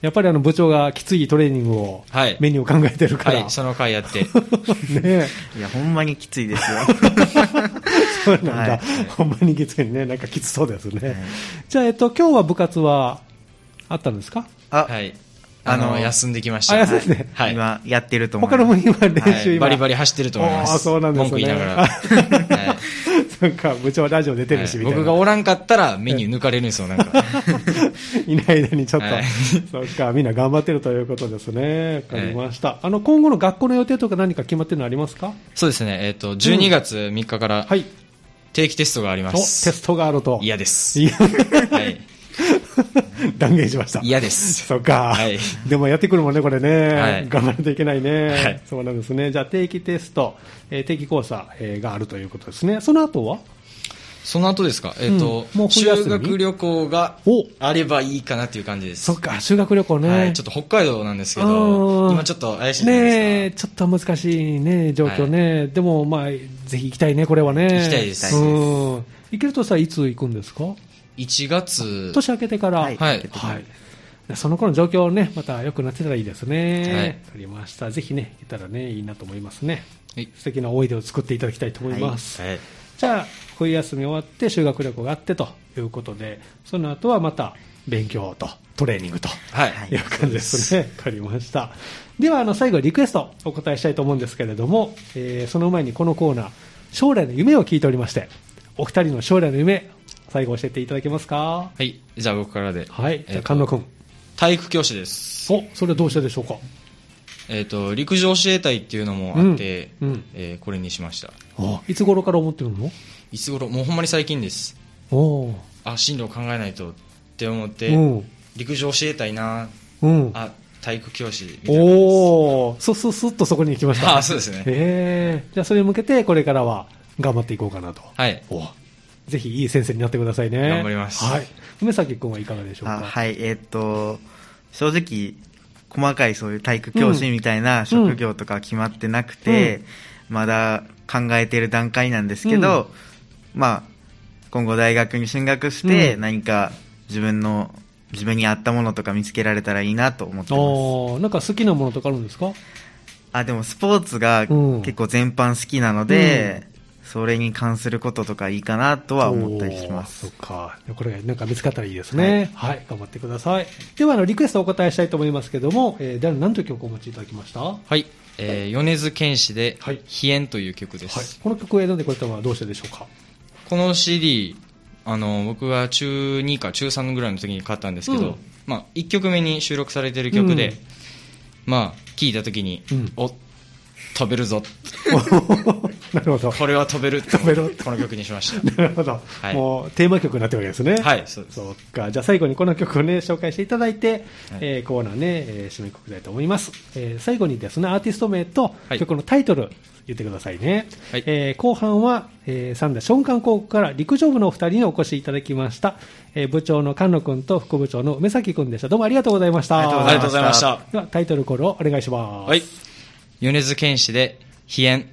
[SPEAKER 1] やっぱりあの部長がきついトレーニングを、
[SPEAKER 3] はい
[SPEAKER 1] メニューを考えてるか
[SPEAKER 3] は
[SPEAKER 1] ら、
[SPEAKER 3] いその回やって
[SPEAKER 1] ね
[SPEAKER 4] いや、ほんまにきつ いですよ。
[SPEAKER 1] そうなんだ、
[SPEAKER 4] はい
[SPEAKER 1] ほんまにきついね、なんかきつそうですね、
[SPEAKER 4] はい
[SPEAKER 1] じゃあ、えっと今日は部活はあったんですか、
[SPEAKER 4] あ、
[SPEAKER 3] はいあの
[SPEAKER 4] あの
[SPEAKER 3] 休んできまし
[SPEAKER 1] あ
[SPEAKER 3] た
[SPEAKER 1] 休んで
[SPEAKER 3] はい、はい
[SPEAKER 4] 今やってると思い
[SPEAKER 1] 他
[SPEAKER 4] ます
[SPEAKER 1] の部員は練習今、
[SPEAKER 3] バリバリ走ってると思いま
[SPEAKER 1] あー
[SPEAKER 3] す
[SPEAKER 1] そうなんですね
[SPEAKER 3] 文句言いなが ら、はい
[SPEAKER 1] なんか部長、ラジオ出てるしみ
[SPEAKER 3] は
[SPEAKER 1] た
[SPEAKER 3] い
[SPEAKER 1] いな、
[SPEAKER 3] 僕がおらんかったらメニュー抜かれるんですよなんか
[SPEAKER 1] いいない間にちょっと、
[SPEAKER 3] はい
[SPEAKER 1] そっか、みんな頑張ってるということですね。わかりました。あの、今後の学校の予定とか何か決まってるのありますか
[SPEAKER 3] そうですね、えっ、と、12月3日から
[SPEAKER 1] はい。
[SPEAKER 3] 定期テストがあり
[SPEAKER 1] お、
[SPEAKER 3] ま
[SPEAKER 1] テ
[SPEAKER 3] す。
[SPEAKER 1] ストがあると。
[SPEAKER 3] 嫌です。
[SPEAKER 1] いや、
[SPEAKER 3] はい。
[SPEAKER 1] 断言しました。
[SPEAKER 3] 嫌で す。
[SPEAKER 1] そっか、
[SPEAKER 3] はい
[SPEAKER 1] でもやってくるもんね、これね、
[SPEAKER 3] はい
[SPEAKER 1] 頑張らないといけないね、
[SPEAKER 3] はい
[SPEAKER 1] そうなんですね、じゃあ定期テスト、えー定期講座、えーがあるということですね、その後は
[SPEAKER 3] その後ですか、えっ、と、
[SPEAKER 1] うんもう冬休み
[SPEAKER 3] 修学旅行が
[SPEAKER 1] お
[SPEAKER 3] あればいいかなっていう感じです。
[SPEAKER 1] そっか、修学旅行ね、
[SPEAKER 3] はい、ちょっと北海道なんですけ
[SPEAKER 1] う
[SPEAKER 3] ど、
[SPEAKER 1] ん
[SPEAKER 3] 今ちょっと怪しいじゃない
[SPEAKER 1] ねえ
[SPEAKER 3] です
[SPEAKER 1] ちょっと難しいね、状況ね、でも、まあ、ぜひ行きたいね、これはね、
[SPEAKER 3] 行きたいです
[SPEAKER 1] うん、行けるとさ、いつ行くんですか、
[SPEAKER 3] か。1月、
[SPEAKER 1] 年明けてから、
[SPEAKER 4] はい
[SPEAKER 3] はい
[SPEAKER 1] はい、その頃の状況ね、また良くなってたらいいですね。
[SPEAKER 3] はい
[SPEAKER 1] わかりました。ぜひね、行けたらね、いいなと思いますね。
[SPEAKER 3] はい
[SPEAKER 1] 素敵な思い出を作っていただきたいと思います。
[SPEAKER 3] はい、
[SPEAKER 1] じゃあ、冬休み終わって修学旅行があってということで、その後はまた勉強とトレーニングと。
[SPEAKER 3] はい
[SPEAKER 4] はい
[SPEAKER 1] いう感じですね。わかりました。では、あの、最後、リクエストお答えしたいと思うんですけれども、えーその前にこのコーナー、将来の夢を聞いておりまして、お二人の将来の夢、最後教えていただけますか
[SPEAKER 3] はい、じゃあ僕からで。
[SPEAKER 1] はい。じゃ
[SPEAKER 3] え
[SPEAKER 1] あ、
[SPEAKER 3] っと
[SPEAKER 1] 神野くん。
[SPEAKER 3] 体育教師です。
[SPEAKER 1] お、それはどうしてでしょうか
[SPEAKER 3] えっ、と、陸上教えたいっていうのもあって、
[SPEAKER 1] うんうん
[SPEAKER 3] えーこれにしました。
[SPEAKER 1] いつ頃から思ってるの
[SPEAKER 3] いつ頃、もうほんまに最近です。
[SPEAKER 1] おー
[SPEAKER 3] あ、進路を考えないとって思って、
[SPEAKER 1] うん。
[SPEAKER 3] 陸上教えたいな、
[SPEAKER 1] うん。
[SPEAKER 3] あ、体育教師みたいな感じです。
[SPEAKER 1] おおすすすっとそこに行きました。
[SPEAKER 3] あ、そうですね。
[SPEAKER 1] えーじゃあ、それに向けて、これからは頑張っていこうかなと。
[SPEAKER 3] はい。
[SPEAKER 1] おぜひ、いい先生になってくださいね。
[SPEAKER 3] 頑張ります
[SPEAKER 1] はい。梅崎君はいかがでしょうか
[SPEAKER 4] あはい、えーっと、正直、細かいそういう体育教師みたいな職業とか決まってなくて、まだ考えてる段階なんですけど、まあ、今後大学に進学して、
[SPEAKER 1] うん
[SPEAKER 4] 何か自分の、自分に合ったものとか見つけられたらいいなと思ってます。
[SPEAKER 1] おーなんか好きなものとかあるんですか
[SPEAKER 4] あ、でもスポーツが
[SPEAKER 1] うん
[SPEAKER 4] 結構全般好きなので、それに関することとかいいかなとは思ったりします。
[SPEAKER 1] おーそっか。これがなんか見つかったらいいですね。はい。頑張ってください。では、あの、リクエストお答えしたいと思いますけども、えー、誰何という曲をお持ちいただきましたは
[SPEAKER 3] はい。えー、米津玄師で、
[SPEAKER 1] はい
[SPEAKER 3] 飛燕という曲で
[SPEAKER 1] い
[SPEAKER 3] す。。
[SPEAKER 1] この曲を選んでくれたのはどうしてでしょうか
[SPEAKER 3] この CD あの僕は中2か中3ぐらいの時に買ったんですけど、
[SPEAKER 1] うん
[SPEAKER 3] まあ、1曲目に収録されてる曲で、
[SPEAKER 1] うん
[SPEAKER 3] まあ聴いた時に、
[SPEAKER 1] うん
[SPEAKER 3] お飛べるぞ
[SPEAKER 1] なるほど。
[SPEAKER 3] これは飛べる
[SPEAKER 1] 飛べる
[SPEAKER 3] この曲にしました
[SPEAKER 1] なるほど、
[SPEAKER 3] はい
[SPEAKER 1] もうテーマ曲になってるわけですね。
[SPEAKER 3] はいそうです
[SPEAKER 1] そうか。じゃあ最後にこの曲をね、紹介していただいて、
[SPEAKER 3] はい
[SPEAKER 1] えーコーナーね、えー締めくくりたいと思います。えー最後にですね、アーティスト名と
[SPEAKER 3] はい
[SPEAKER 1] 曲のタイトル、言ってくださいね。
[SPEAKER 3] はい
[SPEAKER 1] えー後半は、えー、三田松漢高校から陸上部のお二人にお越しいただきました。えー部長の菅野くんと副部長の梅崎くんでした。どうもありがとうございました。
[SPEAKER 4] ありがとう
[SPEAKER 3] あり
[SPEAKER 4] ござい
[SPEAKER 3] がとうございました
[SPEAKER 1] ではタイトルコールをお願いします。
[SPEAKER 3] はい米津玄師で「飛燕」